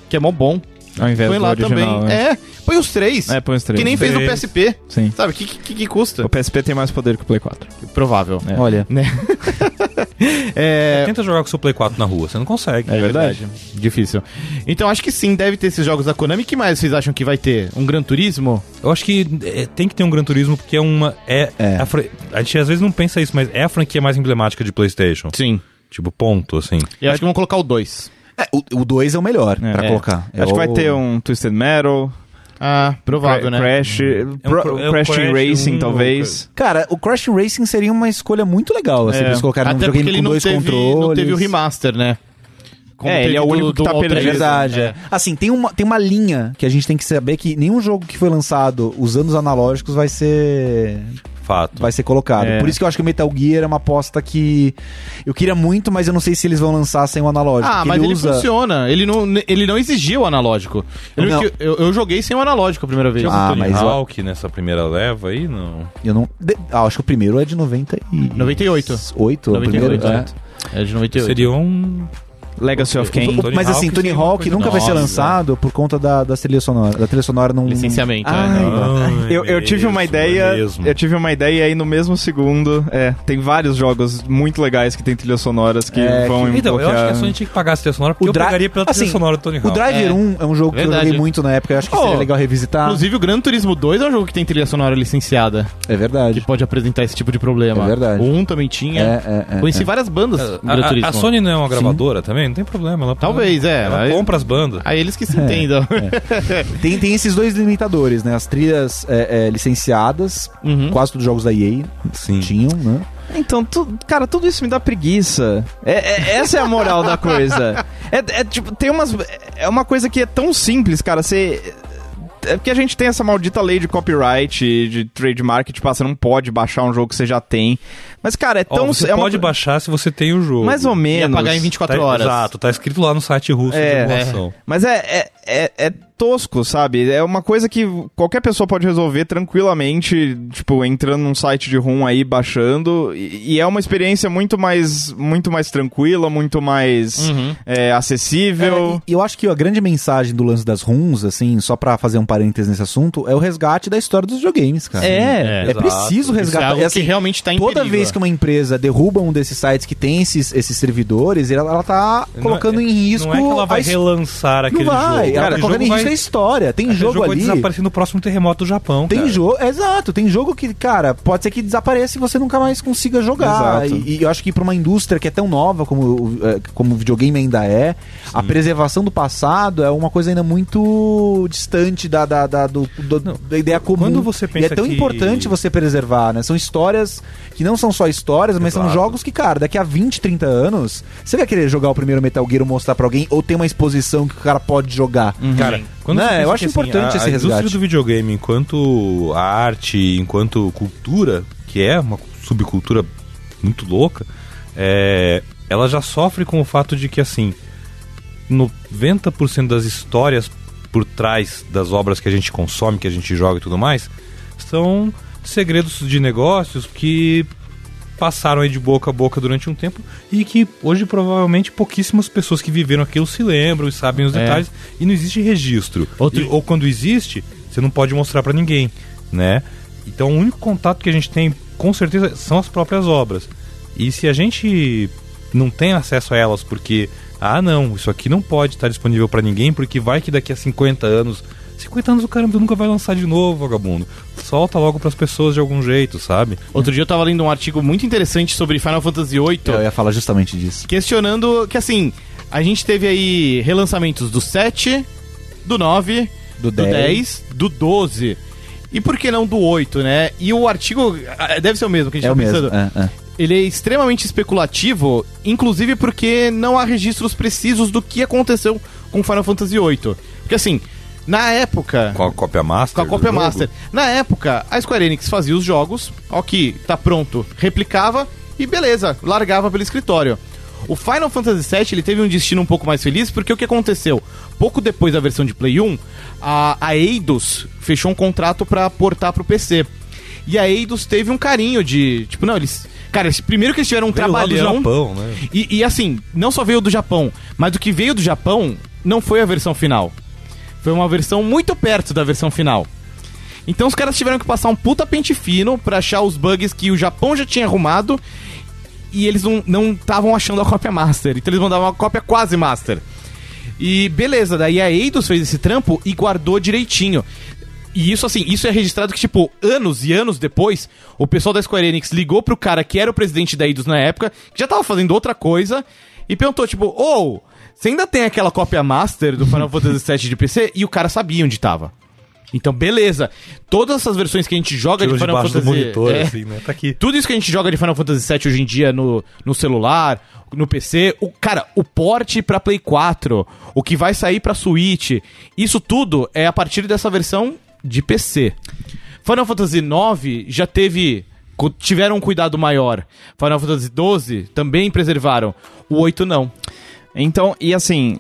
S1: que é mó bom.
S2: Ao invés
S1: põe
S2: do
S1: lá
S2: original,
S1: também.
S2: né?
S1: É. põe os três.
S2: É, põe os três.
S1: Que nem fez no
S3: Três.
S1: PSP.
S2: Sim.
S1: Sabe, que, que, que custa?
S2: O PSP tem mais poder que o Play 4.
S1: Provável.
S2: É.
S4: Olha,
S1: Né? é,
S3: Tenta jogar com o seu Play 4 na rua, você não consegue.
S1: É verdade. Difícil. Então acho que sim, deve ter esses jogos da Konami. que mais vocês acham que vai ter? Um Gran Turismo?
S3: Eu acho que é, tem que ter um Gran Turismo porque é uma. É,
S4: É.
S3: A, fran- a gente às vezes não pensa isso, mas é a franquia mais emblemática de PlayStation.
S1: Sim.
S3: Tipo, ponto, assim.
S1: Eu acho que vão colocar o 2.
S4: é, o 2 é o melhor pra
S2: É.
S4: colocar. É
S2: Acho que vai
S4: o-
S2: ter um Twisted Metal,
S1: Ah, provável,
S2: Cra-
S1: né?
S2: Crash, Pro-
S3: cra- é um
S2: Crash
S3: Crash,
S2: Racing,
S3: um-
S2: talvez.
S4: Cara, o Crash Racing seria uma escolha muito legal, assim,
S2: É.
S4: pra eles colocarem um
S1: Ah, Até porque ele
S4: videogame com
S1: não
S4: dois
S1: teve,
S4: controles.
S1: não teve o remaster, né? Como
S2: É, ele
S1: teve
S2: é o único que tá
S1: All
S2: perdido.
S4: É
S1: Três.
S4: verdade, é. Assim, tem uma, tem uma linha que a gente tem que saber que nenhum jogo que foi lançado usando os analógicos vai ser
S3: Fato.
S4: vai ser colocado.
S2: É.
S4: Por isso que eu acho que o Metal Gear é uma aposta que eu queria muito, mas eu não sei se eles vão lançar sem o analógico.
S1: Ah,
S4: porque
S1: mas ele,
S4: usa...
S1: funciona. Ele não, ele não exigia o analógico. Eu,
S4: Não.
S1: lembro que eu- eu joguei sem o analógico a primeira vez.
S4: Ah,
S3: Tony
S4: mas eu-
S3: Hawk nessa primeira leva aí, não.
S4: Eu não... de- ah, acho que o primeiro é de 90 e...
S1: 98.
S4: 8, o primeiro,
S1: 98,
S4: é.
S1: né? É de 98.
S3: Seria um.
S2: Legacy of Kain.
S1: né?
S3: Tony
S4: mas assim,
S3: Hawk
S4: Tony
S3: seria uma
S4: Hawk
S3: coisa
S4: nunca vai ser
S3: nossa.
S4: lançado por conta da, da trilha sonora. Da trilha sonora não...
S1: Licenciamento, é,
S4: Ai,
S1: não.
S4: não.
S3: Ai,
S2: Eu, eu tive
S3: mesmo,
S2: uma
S3: é
S2: ideia.
S3: mesmo.
S2: Eu tive uma ideia e aí no mesmo segundo. É, tem vários jogos muito legais que tem trilhas sonoras um que
S4: É,
S2: vão
S3: Então, eu acho que a
S2: bloquear.
S3: Sony tinha que pagar a trilha sonora porque
S4: O Dri-
S3: eu pagaria pela trilha
S4: assim,
S3: sonora do Tony Hawk.
S4: O Driver
S1: É.
S4: 1 é um jogo que eu
S1: Verdade.
S4: joguei muito na época, eu acho que
S1: Oh,
S4: seria legal revisitar.
S1: Inclusive, o Gran Turismo 2 é um jogo que tem trilha sonora licenciada,
S4: É
S1: que
S4: verdade.
S1: pode apresentar esse tipo de problema.
S4: É verdade.
S1: O 1 também
S4: É,
S1: tinha.
S4: é, é.
S1: Conheci várias bandas do
S3: A,
S1: Gran
S3: Ah, a-
S1: Turismo.
S3: a Sony não é uma gravadora também? Não tem problema. Ela
S1: Talvez, é.
S3: Ela
S1: Aí-
S3: compra as bandas.
S1: Aí eles que se
S4: É,
S1: entendam.
S4: Tem, tem esses dois limitadores, né? As trilhas é, é, licenciadas,
S1: Uhum.
S4: quase todos os jogos da EA
S3: Sim.
S4: tinham, né?
S2: Então, tu- cara, tudo isso me dá preguiça. É- é- essa é a moral da coisa. É, é, tipo, tem umas. É uma coisa que é tão simples, cara. Você. É porque a gente tem essa maldita lei de copyright, de trademark, tipo, ah, você não pode baixar um jogo que você já tem. Mas, cara, é
S3: Ó,
S2: tão.
S3: você
S2: é uma
S3: pode
S2: co-
S3: baixar se você tem o jogo.
S2: Mais ou
S1: E
S2: menos.
S1: apagar em 24
S3: Tá-
S1: horas.
S3: Exato, tá escrito lá no site russo
S2: É,
S3: de emulação.
S2: Mas é, é, é, é tosco, sabe? É uma coisa que qualquer pessoa pode resolver tranquilamente, tipo, entrando num site de ROM aí, baixando. E, e é uma experiência muito mais, muito mais tranquila, muito mais
S1: Uhum.
S2: é,
S3: É,
S2: acessível.
S4: E eu acho que a grande mensagem do lance das runs, assim, só pra fazer um parênteses nesse assunto, é o resgate da história dos videogames, cara.
S1: é,
S4: É
S1: Isso
S4: preciso
S1: é
S4: resgatar.
S1: algo
S4: assim,
S1: que realmente tá em
S4: toda
S1: perigo,
S4: vez
S1: é.
S4: que uma empresa derruba um desses sites que tem esses, esses servidores, ela, ela tá
S3: Não é-
S4: colocando em risco.
S3: Não é que ela vai
S4: a his-
S3: relançar
S4: Não
S3: aquele
S4: vai,
S3: jogo.
S4: ela
S3: Aquele
S4: tá colocando
S3: jogo
S4: em risco
S3: vai-
S4: a história. Tem
S3: aquele
S4: jogo,
S3: jogo vai
S4: ali.
S3: desaparecer no próximo terremoto do Japão,
S4: Tem
S3: cara.
S4: jogo, exato, tem jogo que, cara, pode ser que desapareça e você nunca mais consiga jogar.
S2: Exato.
S4: E, e eu acho que pra uma indústria que é tão nova como, o- eh, como o videogame ainda é, a preservação do passado é uma coisa ainda muito distante da, da, da- do, do- da ideia comum.
S3: quando
S4: e
S3: você
S4: é
S3: pensa
S4: tão
S3: que-
S4: importante você preservar, né? São histórias que não são só histórias, mas são
S3: Exato.
S4: jogos que, cara, daqui a 20, 30 anos, você vai querer jogar o primeiro Metal Gear ou mostrar pra alguém, ou tem uma exposição que o cara pode jogar.
S3: Cara, quando
S4: Né,
S3: você pensa
S4: eu acho
S3: que, assim,
S4: importante
S3: a,
S4: esse
S3: a indústria
S4: resgate.
S3: do videogame, enquanto a arte, enquanto cultura, que é uma subcultura muito louca, é, ela já sofre com o fato de que, assim, 90% das histórias por trás das obras que a gente consome, que a gente joga e tudo mais, são segredos de negócios que passaram aí de boca a boca durante um tempo e que hoje provavelmente pouquíssimas pessoas que viveram aquilo se lembram e sabem
S4: É.
S3: os detalhes e não existe registro.
S1: Outro-
S3: E- ou quando existe, você não pode mostrar pra ninguém, né? Então o único contato que a gente tem, com certeza, são as próprias obras. E se a gente não tem acesso a elas porque ah, não, isso aqui não pode estar disponível pra ninguém porque vai que daqui a 50 anos 50 anos o caramba, tu nunca vai lançar de novo, vagabundo. Solta logo pras pessoas de algum jeito, sabe?
S1: Outro dia eu tava lendo um artigo muito interessante sobre Final Fantasy VIII,
S4: É, Eu ia falar justamente disso.
S1: questionando que assim, a gente teve aí relançamentos do 7, do 9,
S4: Do
S1: do 10, do 12. E por que não do 8, né? E o artigo ah, deve ser o mesmo que a gente
S4: É o
S1: tá
S4: mesmo.
S1: pensando.
S4: É, é.
S1: Ele é extremamente especulativo, inclusive porque não há registros precisos do que aconteceu com Final Fantasy VIII. Porque assim, na época.
S3: Com a cópia master.
S1: Com a
S3: do
S1: cópia
S3: jogo.
S1: master. Na época, a Square Enix fazia os jogos, ok, tá pronto, replicava e beleza, largava pelo escritório. O Final Fantasy VII ele teve um destino um pouco mais feliz porque o que aconteceu? Pouco depois da versão de Play 1, a, a Eidos fechou um contrato pra portar pro PC. E a Eidos teve um carinho de. Tipo, não, eles. Cara, eles- primeiro que eles tiveram um
S3: Veio lá do
S1: trabalhão.
S3: Japão, né?
S1: E, e, assim, não só veio do Japão, mas o que veio do Japão não foi a versão final. Foi uma versão muito perto da versão final. Então os caras tiveram que passar um puta pente fino pra achar os bugs que o Japão já tinha arrumado e eles não- não estavam achando a cópia master. Então eles mandavam uma cópia quase master. E beleza, daí a Eidos fez esse trampo e guardou direitinho. E isso assim, isso é registrado que, tipo, anos e anos depois, o pessoal da Square Enix ligou pro cara que era o presidente da Eidos na época, que já tava fazendo outra coisa, e perguntou, tipo, ou, você ainda tem aquela cópia master do Final Fantasy VII de PC? E o cara sabia onde tava. Então, beleza. Todas essas versões que a gente joga
S3: Tirou
S1: de Final
S3: debaixo do
S1: Fantasy...
S3: monitor,
S1: é,
S3: assim, né? Tá aqui.
S1: tudo isso que a gente joga de Final Fantasy VII hoje em dia no, no celular, no PC, o cara, o porte pra Play 4, o que vai sair pra Switch, isso tudo é a partir dessa versão de PC. Final Fantasy IX já teve co- tiveram um cuidado maior. Final Fantasy XII também preservaram. O 8 não.
S2: Então, e assim.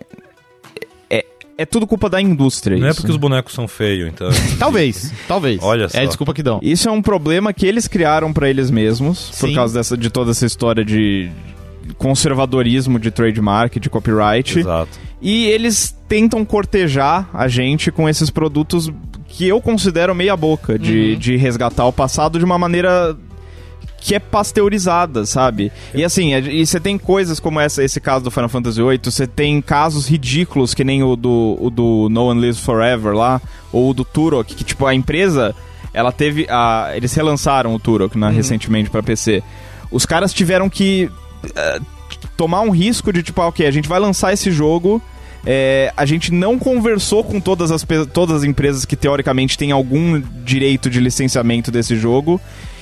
S2: É, é tudo culpa da indústria.
S3: Não é
S2: isso,
S3: porque os bonecos são feios, então.
S1: Talvez, talvez.
S3: Olha
S1: É
S3: só.
S1: a desculpa que dão.
S2: Isso é um problema que eles criaram pra eles mesmos, por
S1: Sim.
S2: causa dessa, de toda essa história de conservadorismo de trademark, de copyright.
S3: Exato.
S2: E eles tentam cortejar a gente com esses produtos que eu considero meia boca, de, de resgatar o passado de uma maneira que é pasteurizada, sabe? E assim, a- e você tem coisas como essa, esse caso do Final Fantasy VIII, você tem casos ridículos que nem o do, o do No One Lives Forever lá, ou o do Turok, que tipo, a empresa, ela teve a... Eles relançaram o Turok, né, recentemente pra PC. Os caras tiveram que eh, tomar um risco de tipo, ah, ok, a gente vai lançar esse jogo... É, a gente não conversou com todas as, pe- todas as empresas que teoricamente têm algum direito de licenciamento desse jogo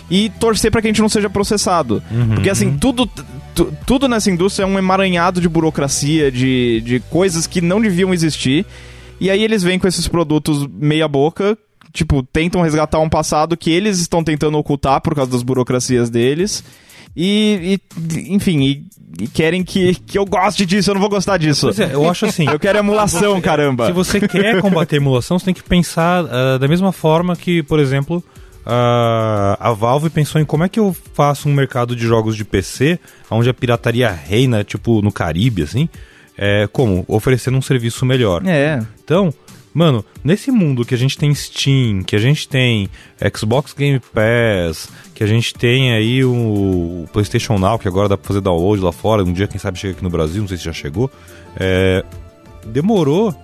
S2: e torcer pra que a gente não seja processado. Porque assim, tudo, tu- tudo nessa indústria é um emaranhado de burocracia, de, de coisas que não deviam existir. E aí eles vêm com esses produtos meia boca, tipo, tentam resgatar um passado que eles estão tentando ocultar por causa das burocracias deles. E, e, enfim, e, e querem que, que eu goste disso, eu não vou gostar disso.
S3: Pois é, eu acho assim.
S2: Eu quero emulação, caramba.
S3: Se você quer combater a emulação, você tem que pensar ah, da mesma forma que, por exemplo, ah, a Valve pensou em como é que eu faço um mercado de jogos de PC onde a pirataria reina, tipo, no Caribe, assim. É, como? Oferecendo um serviço melhor.
S2: É.
S3: Então, mano, nesse mundo que a gente tem Steam, que a gente tem Xbox Game Pass, que a gente tem aí o PlayStation Now, que agora dá pra fazer download lá fora, um dia quem sabe chega aqui no Brasil, não sei se já chegou. é, demorou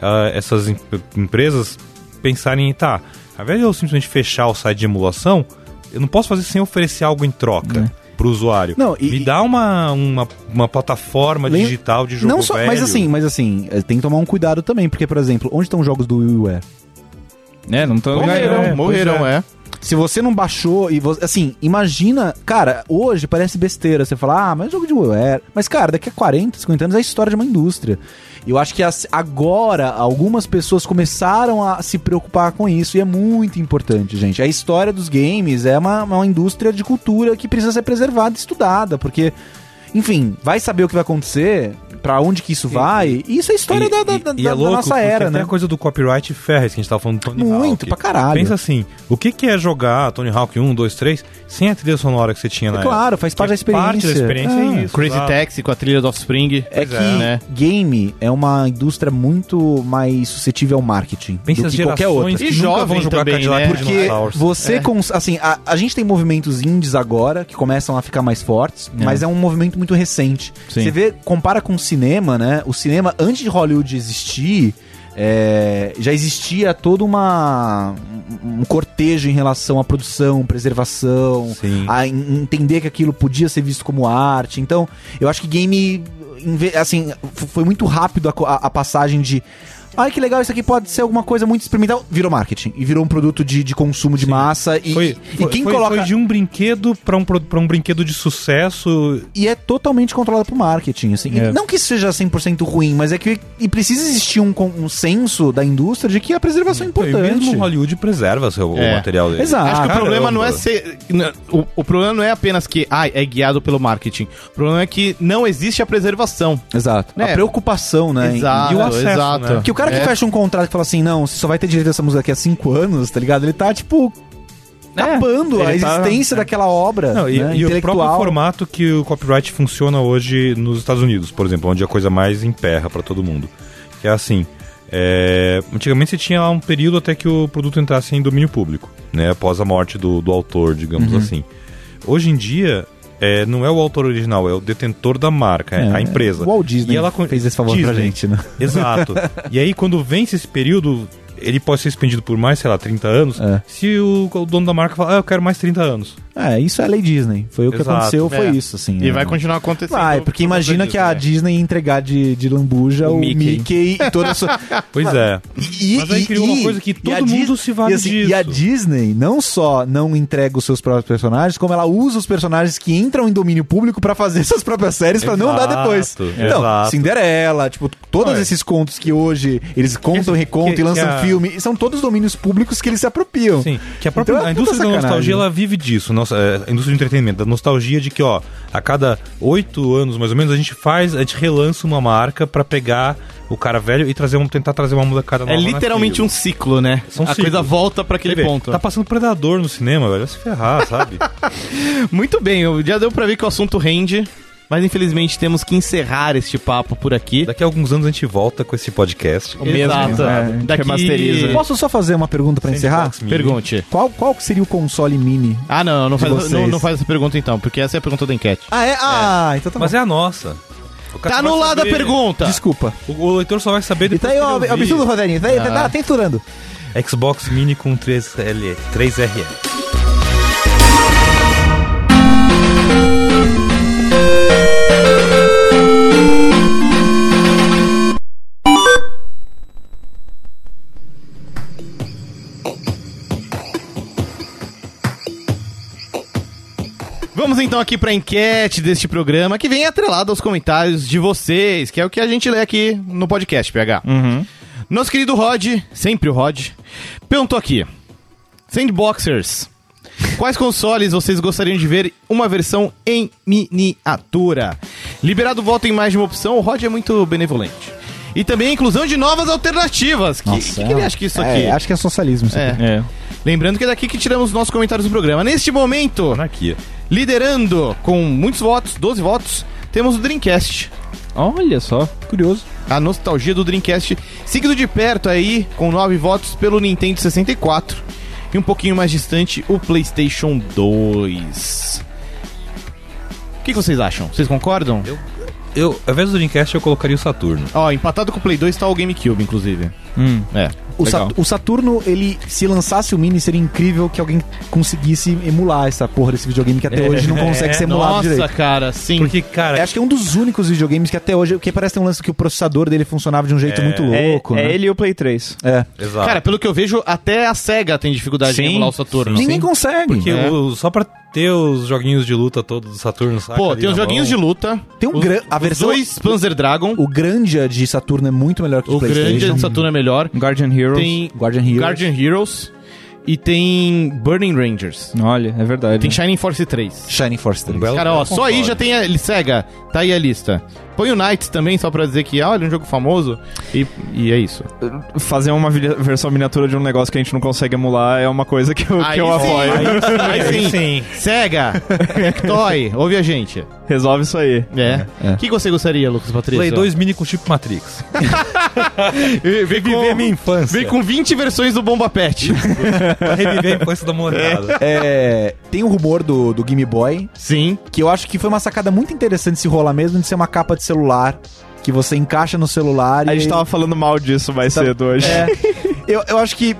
S3: ah, essas em- empresas pensarem, tá, ao invés de eu simplesmente fechar o site de emulação, eu não posso fazer sem oferecer algo em troca. Pro usuário.
S4: Né. Não, e-
S3: Me dá uma, uma, uma plataforma
S4: Lem-
S3: digital de jogo
S4: Não só,
S3: velho.
S4: mas assim, mas assim, eh, tem que tomar um cuidado também, porque, por exemplo, onde estão os jogos do WiiWare?
S2: É, não tão
S1: Morreram,
S3: é, pois
S1: morreram, é.
S4: Se você não baixou e você. Assim, imagina. Cara, hoje parece besteira você falar, ah, mas jogo de WiiWare. Mas, cara, daqui a 40, 50 anos é a história de uma indústria. E eu acho que as- agora algumas pessoas começaram a se preocupar com isso e é muito importante, gente. A história dos games é uma, uma indústria de cultura que precisa ser preservada e estudada, porque. Enfim, vai saber o que vai acontecer, pra onde que isso vai. E isso é história
S3: E-
S4: da, da-
S3: e-
S4: da-
S3: e
S4: da
S3: é louco,
S4: nossa
S3: porque
S4: era,
S3: tem
S4: né?
S3: a coisa do copyright Ferris que a gente tava falando do Tony Hawk.
S4: Muito, pra caralho.
S3: Pensa assim, o que que é jogar Tony Hawk 1, 2, 3 sem a trilha sonora que você tinha na
S4: É claro, faz parte da
S3: época?
S4: experiência.
S3: Parte da experiência
S4: Ah.
S3: é isso.
S1: Crazy
S3: exato.
S1: Taxi com a trilha do Offspring.
S4: É
S3: Pois
S4: que
S3: é.
S1: Né?
S4: game é uma indústria muito mais suscetível ao marketing
S3: Pensa
S4: do
S3: as
S4: que qualquer outra.
S3: gerações que
S1: E
S3: nunca vão
S1: jovem
S3: jogar
S1: também,
S3: Cadillac
S1: né?
S3: por
S4: Porque
S3: dinossauros.
S4: você, cons- assim, a, a gente tem movimentos indies agora que começam a ficar mais fortes, mas é um movimento muito recente.
S1: Sim.
S4: Você vê, compara com o cinema, né? O cinema, antes de Hollywood existir, é, já existia toda uma um um cortejo em relação à produção, preservação,
S3: Sim.
S4: a en- entender que aquilo podia ser visto como arte. Então, eu acho que game em ve- assim, f- foi muito rápido a, co- a- a passagem de Ai, que legal, isso aqui pode ser alguma coisa muito experimental. Virou marketing. E virou um produto de, de consumo de massa. E,
S3: Foi,
S4: e
S3: foi-
S4: quem
S3: foi-
S4: coloca.
S3: foi de um brinquedo pra um, pro- pra um brinquedo de sucesso.
S4: e é totalmente controlado por marketing, assim. E
S3: É.
S4: Não que isso seja 100% ruim, mas é que e precisa existir um, con- um senso da indústria de que a preservação é
S3: Pô, e
S4: importante.
S3: mesmo Hollywood preserva seu,
S1: É.
S3: o material dele.
S4: Exato.
S1: Acho que
S3: Caramba.
S1: o problema não é ser. n- O, o problema não é apenas que, ai, é guiado pelo marketing. O problema é que não existe a preservação.
S4: Exato. A
S1: Né?
S4: preocupação, né?
S1: Exato,
S3: e o acesso,
S1: exato.
S3: né?
S4: Que o cara que
S1: É.
S4: fecha um contrato que fala assim, não, você só vai ter direito a essa música daqui a cinco anos, tá ligado? Ele tá, tipo, tapando a
S2: ele tá-
S4: existência daquela obra
S3: Não, e,
S4: né,
S3: e o próprio
S4: intelectual.
S3: formato que o copyright funciona hoje nos Estados Unidos, por exemplo, onde é a coisa mais emperra pra todo mundo. Que é assim, é, antigamente você tinha lá um período até que o produto entrasse em domínio público, né? Após a morte do, do autor, digamos
S4: Uhum.
S3: assim. Hoje em dia, é, não é o autor original, é o detentor da marca, é, a empresa.
S4: O Walt Disney
S3: E ela con-
S4: fez esse favor pra
S3: Disney.
S4: gente, né?
S3: Exato. e aí, quando vence esse período, ele pode ser expandido por mais, sei lá, 30 anos.
S4: É.
S3: Se o, o dono da marca falar, ah, eu quero mais 30 anos.
S4: É, isso é a lei Disney. Foi o que
S3: Exato,
S4: aconteceu, foi
S1: é.
S4: isso, assim.
S1: E
S4: é.
S1: vai continuar acontecendo.
S4: Vai, porque
S3: um
S1: por causa
S4: imagina
S1: disso,
S4: que a
S1: né?
S4: Disney ia entregar de, de lambuja o,
S2: O
S4: Mickey.
S2: Mickey.
S4: e toda a sua...
S3: Pois é.
S4: E,
S3: Mas aí criou uma coisa que
S4: e
S3: todo
S4: a Dis-
S3: mundo se vale
S4: e, assim,
S3: disso.
S4: e a Disney não só não entrega os seus próprios personagens, como ela usa os personagens que entram em domínio público pra fazer suas próprias séries pra não dar
S3: Exato,
S4: depois. Então,
S3: exato.
S4: Cinderela, tipo, todos
S3: Não, é.
S4: esses contos que hoje eles contam,
S3: Esse-
S4: recontam
S3: que-
S4: e lançam
S3: que a-
S4: filme, são todos domínios públicos que eles se apropriam.
S3: Sim, que a própria
S4: Então é
S3: a
S4: puta
S3: indústria da
S4: sacanagem,
S3: nostalgia
S4: né?
S3: ela vive disso, nossa, é, a indústria do entretenimento, da nostalgia de que, ó, a cada oito anos mais ou menos a gente faz, a gente relança uma marca pra pegar o cara velho e trazer um, tentar trazer uma molecada
S1: É
S3: nova.
S1: literalmente um ciclo, né?
S3: São
S1: a
S3: ciclos.
S1: coisa volta pra aquele ponto.
S3: Tá passando predador no cinema, velho, vai se ferrar, sabe?
S1: Muito bem, eu- já deu pra ver que o assunto rende, mas infelizmente temos que encerrar este papo por aqui.
S3: Daqui a alguns anos a gente volta com esse podcast.
S2: mesmo, né? A gente
S1: Daqui...
S2: remasteriza.
S1: Posso-
S4: Posso só fazer uma pergunta pra encerrar?
S3: Sandbox Mini.
S1: Pergunte.
S4: Qual, qual que seria o console mini?
S1: Ah, não, não faz,
S4: vocês.
S1: não, não faz essa pergunta então, porque essa é a pergunta da enquete.
S4: Ah, é? Ah, então tá bom.
S3: Mas é a nossa. O cara
S1: Tá
S3: só vai
S1: no lado a
S3: saber-
S1: pergunta!
S4: Desculpa.
S3: O, o leitor só vai saber
S4: E
S3: depois
S4: tá aí,
S3: que ele
S4: ó,
S3: ouvir.
S4: absurdo, Rogerinho. Tá aí, tá,
S3: Ah.
S4: tá censurando.
S3: Xbox Mini com 3L, 3RL.
S1: Vamos então aqui pra enquete deste programa, que vem atrelado aos comentários de vocês, que é o que a gente lê aqui no podcast, PH.
S4: Uhum.
S1: Nosso querido Rod, sempre o Rod, perguntou aqui: Sandboxers, quais consoles vocês gostariam de ver uma versão em miniatura? Liberado o voto em mais de uma opção, o Rod é muito benevolente. E também a inclusão de novas alternativas. O que, que ele acha que isso aqui?
S4: É, acho que é socialismo isso
S1: É.
S4: aqui.
S2: É.
S1: Lembrando que é daqui que tiramos os nossos comentários do programa. Neste momento,
S3: Anarquia.
S1: Liderando com muitos votos, 12 votos, temos o Dreamcast.
S2: Olha só, curioso.
S1: A nostalgia do Dreamcast, seguido de perto aí, com 9 votos, pelo Nintendo 64. E um pouquinho mais distante, o PlayStation 2. O que, que vocês acham? Vocês concordam?
S3: Eu, ao invés do Dreamcast, eu colocaria o Saturno.
S1: Ó, empatado com o Play 2 está o GameCube, inclusive.
S2: Hum.
S1: É.
S4: O,
S2: Legal.
S4: Sat- o Saturno, ele, se lançasse o Mini, seria incrível que alguém conseguisse emular essa porra desse videogame que até hoje não consegue ser emulado
S1: Nossa,
S4: direito.
S1: cara, sim.
S3: Porque, cara,
S4: Eu Acho que é um dos únicos videogames que até hoje. Porque parece ter um lance que o processador dele funcionava de um jeito muito louco,
S2: é,
S4: né?
S2: é ele e o Play 3.
S4: É.
S3: exato.
S1: Cara, pelo que eu vejo, até a SEGA tem dificuldade em
S2: Sim,
S1: emular o Saturno.
S4: Ninguém consegue.
S3: Porque
S1: É.
S3: o- só pra ter os joguinhos de luta todos do Saturno, saca?
S1: Pô,
S3: ali é
S1: tem
S3: na
S1: os joguinhos de
S3: mão.
S1: luta.
S4: Tem um
S1: os,
S4: gran- a
S1: os
S4: versão-
S1: dois Panzer Dragon.
S4: O Grandia de Saturno é muito melhor que o,
S1: O grande
S4: PlayStation.
S1: de Saturno é melhor.
S2: Guardian Heroes.
S1: Tem
S4: Guardian Heroes.
S1: Guardian Heroes e tem Burning Rangers.
S2: Olha, é verdade.
S4: Né.
S1: Tem Shining Force 3.
S4: Shining Force 3.
S3: Um belo-
S1: Cara, ó,
S3: Eu
S1: só aí
S3: concordo.
S1: já tem a ele- SEGA, tá aí a lista. Põe o Knights também, só pra dizer que, ah, olha, um jogo famoso. E, e é isso.
S2: Fazer uma vi- versão miniatura de um negócio que a gente não consegue emular é uma coisa que eu, que eu apoio.
S1: Aí sim. Aí sim. SEGA, Toy, ouve a gente.
S2: Resolve isso aí.
S1: É. O que que você gostaria, Lucas Patrício?
S3: Play 2 Mini com chip Matrix.
S1: Vem
S3: Reviver minha
S1: com,
S3: infância.
S1: vem com 20 versões do Bomba Pet.
S3: pra reviver a infância da molecada.
S4: É, tem um rumor do, do Game Boy
S1: Sim.
S4: que eu acho que foi uma sacada muito interessante se rolar mesmo de ser uma capa de celular que você encaixa no celular
S2: A gente tá-
S4: e
S2: tava falando mal disso mais
S4: Tá-
S2: cedo hoje.
S4: É, eu, eu acho que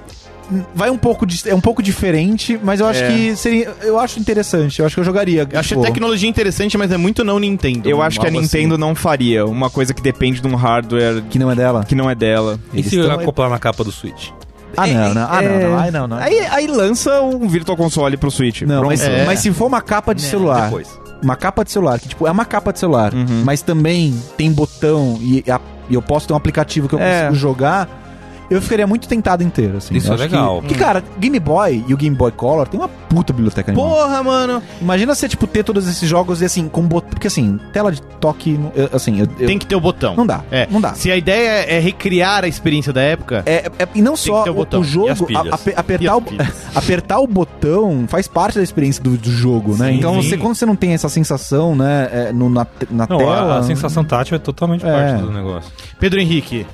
S4: vai um pouco de- é um pouco diferente, mas eu acho
S2: É.
S4: que seria eu acho interessante, eu acho que eu jogaria.
S1: Eu achei
S4: tipo,
S1: tecnologia interessante, mas é muito não Nintendo. assim.
S2: Eu acho que a
S1: Algo
S2: Nintendo não faria uma coisa que depende de um hardware
S4: que não é dela.
S2: que não é dela.
S3: E
S4: Eles
S3: se
S4: tão-
S3: acoplar na capa do Switch?
S4: Ah, não, não. Ah, não,
S2: É.
S4: não. Ai, não, não.
S2: Aí, aí lança um Virtual Console pro Switch.
S4: Não,
S2: Tipo, Pronto.
S4: mas,
S1: É.
S4: mas se for uma capa de celular,
S3: Depois.
S4: uma capa de celular, que tipo, é uma capa de celular,
S2: Uhum.
S4: mas também tem botão e, a- e eu posso ter um aplicativo que eu
S2: É.
S4: consigo jogar, eu ficaria muito tentado inteiro, assim.
S3: Isso
S4: Eu
S3: é
S4: acho
S3: legal.
S4: Que, que, cara, Game Boy e o Game Boy Color tem uma puta biblioteca animal.
S1: Porra, mano.
S4: Imagina você, tipo, ter todos esses jogos e assim, com botão. Porque assim, tela de toque. não- eu- assim, eu, eu-
S1: Tem que ter o botão.
S4: Não dá.
S1: É.
S4: Não dá.
S1: Se a ideia é recriar a experiência da época,
S4: É, é- e não só
S1: que ter o
S4: o,
S1: botão.
S4: o
S3: E as
S4: jogo,
S3: pilhas.
S4: a- ape-
S1: E as
S4: apertar, o,
S1: pilhas.
S4: apertar o botão faz parte da experiência do, do jogo, né?
S3: Sim,
S4: então,
S3: sim.
S4: você, quando você não tem essa sensação, né, é, no- na, te- na
S3: Não,
S4: tela. né?
S3: a, a sensação tátil é totalmente
S4: É.
S3: parte do negócio.
S1: Pedro Henrique.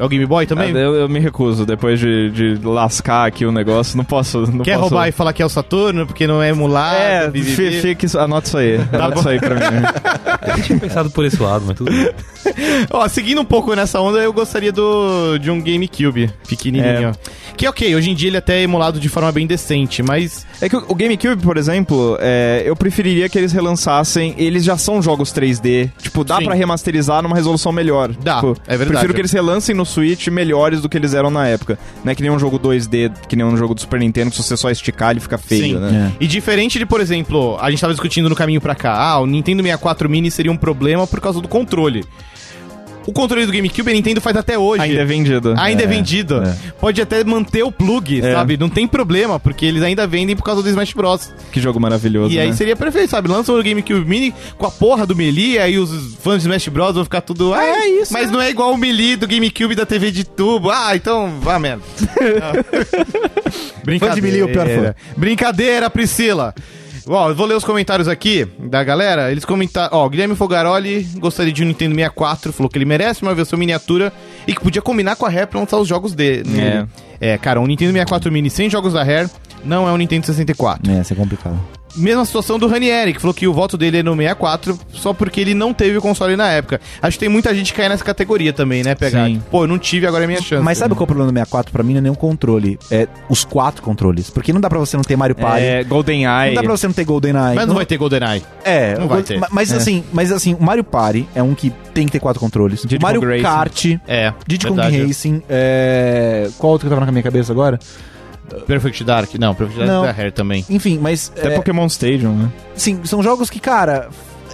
S1: É o Game Boy também?
S2: Eu, eu me recuso, depois de, de lascar aqui o negócio, não posso. Não
S1: Quer
S2: posso...
S1: roubar e falar que é o Saturno, porque não é emulado?
S2: É,
S1: bibibi.
S2: fi- fica isso, anota isso aí.
S4: Tá
S2: anota isso aí pra mim.
S3: Eu tinha pensado por esse lado, mas tudo bem.
S1: Ó, seguindo um pouco nessa onda, eu gostaria do de um GameCube
S2: É.
S1: pequenininho. Que ok, hoje em dia ele até é emulado de forma bem decente, mas
S2: É que o o GameCube, por exemplo, é, eu preferiria que eles relançassem. Eles já são jogos 3D. Tipo, dá
S1: Sim.
S2: pra remasterizar numa resolução melhor.
S1: Dá,
S2: Tipo,
S1: é verdade.
S2: Prefiro que eles relancem no Switch melhores do que eles eram na época. Não é que nem um jogo 2D, que nem um jogo do Super Nintendo, que se você só esticar ele fica feio,
S1: Sim.
S4: É.
S2: né?
S1: E diferente de, por exemplo, a gente tava discutindo no caminho pra cá, ah, o Nintendo 64 Mini seria um problema por causa do controle. O controle do GameCube a Nintendo faz até hoje.
S2: Ainda é vendido.
S1: Ainda é, vendido. Pode até manter o plug,
S2: É.
S1: sabe? Não tem problema, porque eles ainda vendem por causa do Smash Bros.
S2: Que jogo maravilhoso.
S1: E aí
S2: né?
S1: seria perfeito, sabe? Lança o GameCube Mini com a porra do Melee, aí os fãs de Smash Bros vão ficar tudo. Ah, é isso.
S4: né?"
S1: Mas não é igual o Melee do GameCube da TV de tubo. Ah, então vá merda. Brincadeira.
S4: Fã de Melee é o pior fã.
S1: Brincadeira, Priscila. Ó, eu vou ler os comentários aqui da galera. Eles comentaram. Ó, Guilherme Fogaroli gostaria de um Nintendo 64, falou que ele merece uma versão miniatura e que podia combinar com a Rare pra lançar os jogos dele.
S2: É.
S1: É, cara, um Nintendo 64 Mini sem jogos da Rare não é um Nintendo 64.
S4: É, isso é complicado.
S1: Mesma situação do Ranieri, que falou que o voto dele é no 64, só porque ele não teve o console na época. Acho que tem muita gente que cai nessa categoria também, né, pegar.
S2: Sim.
S1: Pô, eu não tive, agora é minha chance.
S4: Mas sabe qual é o problema do 64 pra mim? Não é nem o controle. É os quatro controles. Porque não dá pra você não ter Mario Party.
S2: É,
S4: Não
S2: GoldenEye.
S4: dá pra você não ter GoldenEye.
S1: Mas não vai ter GoldenEye.
S4: É,
S1: Não
S4: eu
S1: vai
S4: gosto-
S1: ter.
S4: ma- Mas, assim, mas assim, o Mario Party é um que tem que ter quatro controles.
S2: Diddy
S4: o Mario
S2: Kong Racing.
S4: Kart,
S1: É,
S4: Diddy Kong
S1: verdade.
S4: Racing, é... qual outro que tava na minha cabeça agora?
S1: Perfect Dark, não, Perfect Dark
S4: Não.
S1: é da Rare também.
S4: Enfim, mas
S2: Até
S4: é,
S2: Pokémon Stadium, né?
S4: sim, são jogos que, cara,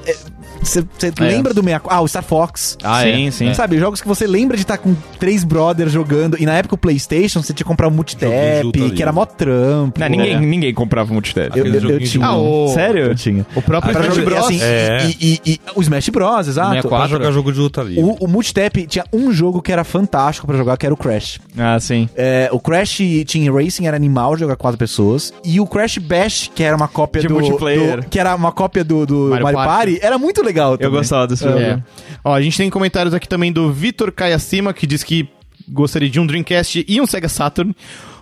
S4: você
S1: É.
S4: lembra do 64? Ah, o Star Fox.
S1: Ah,
S2: sim,
S1: é,
S2: sim.
S1: é.
S4: Sabe, jogos que você lembra de estar com três brothers jogando. E na época o PlayStation, você tinha que comprar um
S3: Joguinho
S4: multitap,
S3: junto ali.
S4: que era mó trampo.
S2: Não,
S1: É.
S2: ninguém, ninguém comprava multitério.
S4: Eu, eu- eu
S3: Aquele joguinho
S4: tinha.
S1: Ah, o...
S2: Sério?
S4: Eu tinha.
S1: O próprio
S4: Pra
S1: Smash
S4: jogar-
S1: Bros.
S4: assim,
S3: É.
S4: e, e- e- o Smash Bros, exato.
S1: 64.
S3: Pra jogar jogo de luta ali.
S4: O, o Multitap tinha um jogo que era fantástico pra jogar, que era o Crash.
S2: Ah, sim.
S4: É, o Crash Team Racing era animal de jogar quatro pessoas. E o Crash Bash, que era uma cópia
S2: De
S4: do,
S2: multiplayer.
S4: do- Que era uma cópia do, do
S1: Mario
S4: Mario,
S1: Party.
S4: Party. era muito legal
S2: Eu
S4: também.
S2: gostava desse jogo.
S1: É. Ó, a gente tem comentários aqui também do Vitor Caiacima, que diz que gostaria de um Dreamcast e um Sega Saturn.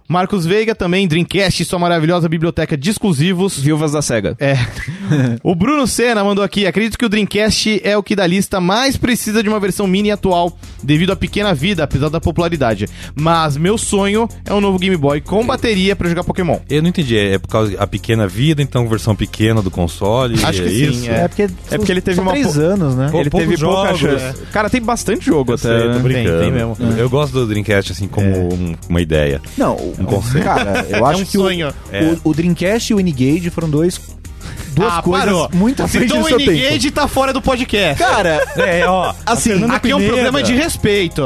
S1: Marcos Veiga também, Dreamcast e sua maravilhosa biblioteca de exclusivos.
S2: Viúvas da SEGA.
S1: É. o Bruno Senna mandou aqui. Acredito que o Dreamcast é o que da lista mais precisa de uma versão mini atual, devido à pequena vida, apesar da popularidade. Mas meu sonho é um novo Game Boy com bateria pra jogar Pokémon.
S3: Eu não entendi, é por causa da pequena vida, então versão pequena do console,
S1: Acho
S3: é
S1: que sim,
S3: isso?
S1: é.
S4: porque,
S2: É porque ele teve
S4: são
S2: uma
S4: três
S2: po-
S4: anos, né?
S3: Pou-
S2: ele
S3: poucos
S2: teve pouca
S3: jogos.
S2: chance. Cara, tem bastante jogo até.
S3: Sei, tô
S2: né?
S3: brincando.
S1: tem mesmo.
S3: Eu gosto do Dreamcast assim como um- uma ideia.
S4: Não, o-
S3: Um conceito.
S4: cara, eu acho
S1: é um
S4: que o,
S1: sonho.
S3: É. Ah,
S4: o, o Dreamcast e o N-Gage foram dois,
S1: Ah,
S4: duas coisas muito à frente
S1: Então
S4: do
S1: o
S4: seu tempo.
S1: N-Gage tá fora do podcast.
S4: Cara,
S3: É, ó.
S4: assim,
S1: Aqui é um programa de respeito.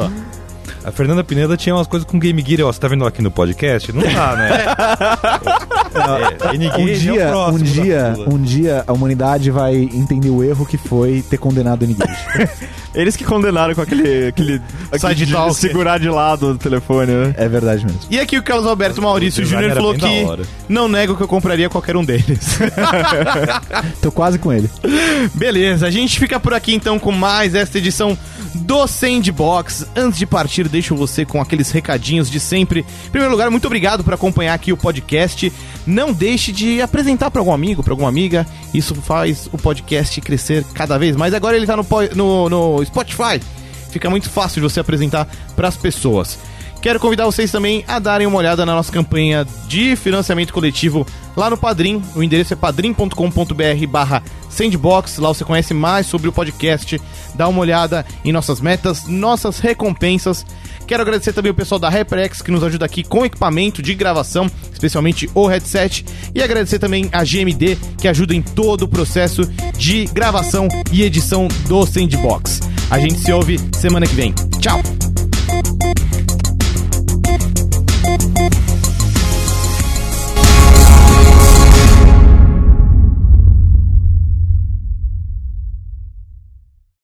S3: A Fernanda Pineda tinha umas coisas com Game Gear, ó. Você tá vendo aqui no podcast? Não tá, né? é, N-Gage
S4: um
S3: é o
S4: dia, um
S3: próximo da
S4: dia,
S3: fila.
S4: um dia a humanidade vai entender o erro que foi ter condenado o N-Gage.
S2: Eles que condenaram com aquele. aquele
S1: Side
S2: de
S1: talk.
S2: segurar de lado o telefone, né?
S4: É verdade mesmo.
S1: E aqui o Carlos Alberto Maurício
S3: design
S1: Júnior
S3: era
S1: falou
S3: bem da hora.
S1: que não nego que eu compraria qualquer um deles.
S4: Tô quase com ele.
S1: Beleza, a gente fica por aqui então com mais esta edição do Sandbox. Antes de partir, deixo você com aqueles recadinhos de sempre. Em primeiro lugar, muito obrigado por acompanhar aqui o podcast. Não deixe de apresentar para algum amigo, para alguma amiga. Isso faz o podcast crescer cada vez mais. Agora ele tá no, po- no, no Spotify. fica muito fácil de você apresentar para as pessoas. Quero convidar vocês também a darem uma olhada na nossa campanha de financiamento coletivo lá no Padrim. O endereço é padrim.com.br barra sandbox. Lá você conhece mais sobre o podcast, dá uma olhada em nossas metas, nossas recompensas. Quero agradecer também o pessoal da Reprex que nos ajuda aqui com equipamento de gravação, especialmente o headset. E agradecer também a GMD que ajuda em todo o processo de gravação e edição do Sandbox. A gente se ouve semana que vem. Tchau!